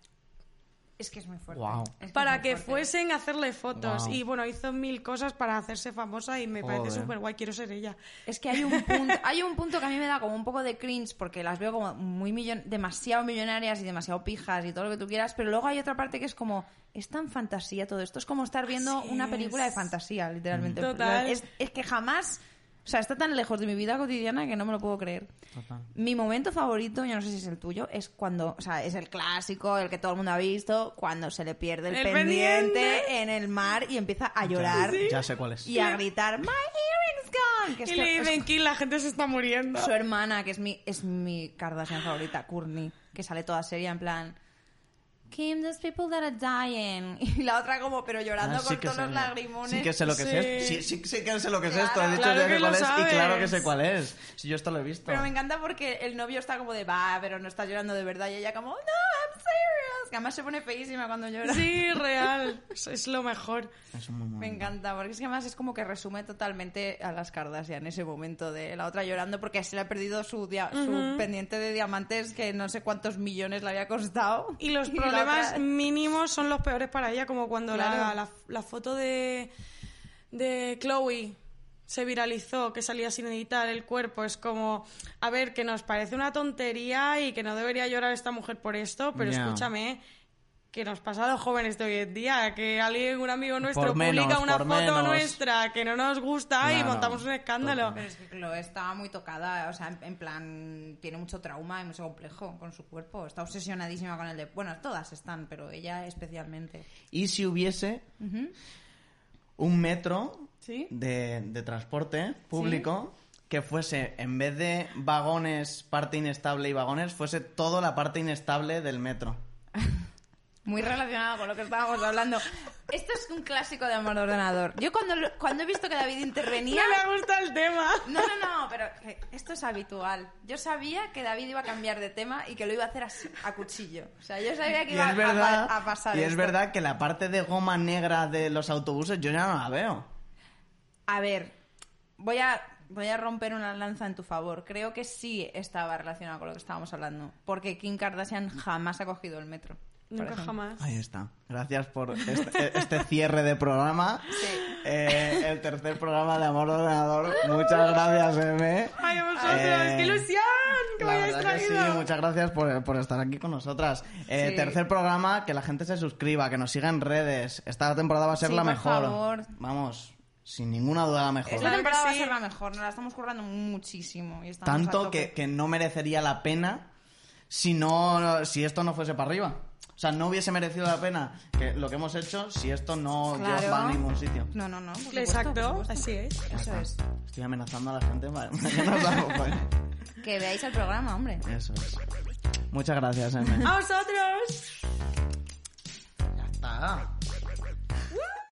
Speaker 2: Es que es muy fuerte.
Speaker 1: Guau.
Speaker 2: Es es
Speaker 3: para
Speaker 2: muy
Speaker 3: que
Speaker 2: fuerte.
Speaker 3: fuesen a hacerle fotos.
Speaker 1: Wow.
Speaker 3: Y bueno, hizo mil cosas para hacerse famosa y me parece
Speaker 1: Joder.
Speaker 3: súper guay, quiero ser ella.
Speaker 2: Es que hay un punto, hay un punto que a mí me da como un poco de cringe porque las veo como muy millon- demasiado millonarias y demasiado pijas y todo lo que tú quieras, pero luego hay otra parte que es como es tan fantasía todo esto, es como estar viendo
Speaker 3: Así
Speaker 2: una película de
Speaker 3: es.
Speaker 2: fantasía, literalmente.
Speaker 3: Total.
Speaker 2: Es, es que jamás, o sea, está tan lejos de mi vida cotidiana que no me lo puedo creer.
Speaker 1: Total.
Speaker 2: Mi momento favorito, yo no sé si es el tuyo, es cuando, o sea, es el clásico, el que todo el mundo ha visto, cuando se le pierde el,
Speaker 3: El
Speaker 2: pendiente,
Speaker 3: pendiente.
Speaker 2: en el mar y empieza a llorar.
Speaker 1: Ya sé cuál es.
Speaker 2: y a gritar My earrings gone que es
Speaker 3: y
Speaker 2: que-
Speaker 3: le
Speaker 2: es
Speaker 3: dicen que la gente se
Speaker 2: [LAUGHS]
Speaker 3: está muriendo.
Speaker 2: su hermana que es mi es mi Kardashian favorita Courtney que sale toda seria en plan Kim those people that are dying [LAUGHS] y la otra como pero llorando
Speaker 1: Ah,
Speaker 2: con
Speaker 1: sí que
Speaker 2: todos
Speaker 1: sé.
Speaker 2: los lagrimones
Speaker 1: Sí que sé lo que es
Speaker 3: Sí.
Speaker 1: esto. Sí, sí, sí que sé lo que es esto. He
Speaker 2: Claro,
Speaker 1: dicho
Speaker 3: claro
Speaker 1: ya
Speaker 3: que
Speaker 1: que cuál
Speaker 3: lo
Speaker 1: es y claro que
Speaker 3: sabes.
Speaker 1: sé cuál es. Si yo esto lo he visto.
Speaker 2: pero me encanta porque el novio está como de va pero no está llorando de verdad y ella como no I'm serious que además se pone feísima cuando llora
Speaker 3: Sí, real. Es- Es lo mejor.
Speaker 1: Eso es muy
Speaker 2: Me
Speaker 1: bueno.
Speaker 2: encanta, porque es que además es como que resume totalmente a las Kardashian ese momento de la otra llorando porque se le ha perdido su, dia- su pendiente de diamantes que no sé cuántos millones le había costado.
Speaker 1: [LAUGHS]
Speaker 2: [LAUGHS]
Speaker 3: Y los
Speaker 2: la
Speaker 3: problemas
Speaker 2: otra-
Speaker 3: mínimos son los peores para ella, como cuando la-
Speaker 2: Claro.
Speaker 3: la, la foto de, de Chloe. se viralizó, que salía sin editar el cuerpo, es como, a ver, que nos parece una tontería y que no debería llorar esta mujer por esto, pero
Speaker 1: Ya.
Speaker 3: escúchame, que nos pasa a los jóvenes de hoy en día, que alguien, un amigo nuestro,
Speaker 1: Por menos,
Speaker 3: publica una
Speaker 1: por
Speaker 3: foto
Speaker 1: menos.
Speaker 3: nuestra que no nos gusta y
Speaker 1: Claro.
Speaker 3: montamos un escándalo.
Speaker 2: Pero es que Chloe estaba muy tocada, o sea, en, en plan, tiene mucho trauma y mucho complejo con su cuerpo. Está obsesionadísima con el de. Bueno, todas están, pero ella especialmente.
Speaker 1: ¿Y si hubiese un metro
Speaker 5: Sí.
Speaker 1: de, de transporte público que fuese, en vez de vagones, parte inestable y vagones, fuese toda la parte inestable del metro?
Speaker 5: Muy relacionado con lo que estábamos hablando.
Speaker 2: Hablando. [LAUGHS] Esto es un clásico de amor de ordenador. Yo cuando, lo- cuando he visto que David intervenía.
Speaker 3: No le gusta el tema.
Speaker 2: No, no, no, pero que esto es habitual. Yo sabía que David iba a cambiar de tema y que lo iba a hacer así, a cuchillo. O sea, yo sabía que
Speaker 1: Y
Speaker 2: iba a-
Speaker 1: es verdad,
Speaker 2: a, pa- a pasar.
Speaker 1: y es
Speaker 2: esto.
Speaker 1: verdad que la parte de goma negra de los autobuses yo ya no la veo.
Speaker 2: A ver, voy a, voy a romper una lanza en tu favor. Creo que sí estaba relacionado con lo que estábamos hablando. Porque Kim Kardashian jamás ha cogido el metro. por
Speaker 3: Nunca
Speaker 2: ejemplo.
Speaker 3: jamás.
Speaker 1: Ahí está. Gracias por este, este cierre de programa. Eh, el tercer programa de Amor Ordenador. Muchas gracias, M.
Speaker 3: ¡Ay, a vosotros!
Speaker 1: Eh,
Speaker 3: ¡Qué ilusión! ¡Que me
Speaker 1: La
Speaker 3: hayáis
Speaker 1: verdad que sí,
Speaker 3: traído!
Speaker 1: muchas gracias por, por estar aquí con nosotras. Eh,
Speaker 2: Sí.
Speaker 1: Tercer programa, que la gente se suscriba, que nos siga en redes. Esta temporada va a ser
Speaker 2: Sí,
Speaker 1: la
Speaker 2: por
Speaker 1: mejor.
Speaker 2: favor.
Speaker 1: Vamos, sin ninguna duda la mejor.
Speaker 2: Esta
Speaker 3: que
Speaker 2: temporada va a
Speaker 3: sí.
Speaker 2: ser la mejor. Nos la estamos currando muchísimo. Y estamos a
Speaker 1: Tanto
Speaker 2: tope.
Speaker 1: que, que no merecería la pena si, no, si esto no fuese para arriba. O sea, no hubiese merecido la pena que lo que hemos hecho si esto no
Speaker 2: Claro.
Speaker 1: lleva a ningún sitio.
Speaker 2: No, no, no. por supuesto, por
Speaker 3: Exacto,
Speaker 2: supuesto.
Speaker 3: así es.
Speaker 2: Eso es.
Speaker 1: Estoy amenazando a la gente [LAUGHS] para que nos acompañe.
Speaker 2: Que veáis el programa, hombre.
Speaker 1: Eso es.
Speaker 2: Ah.
Speaker 1: Muchas gracias, Emme.
Speaker 3: ¡A vosotros!
Speaker 1: Ya está.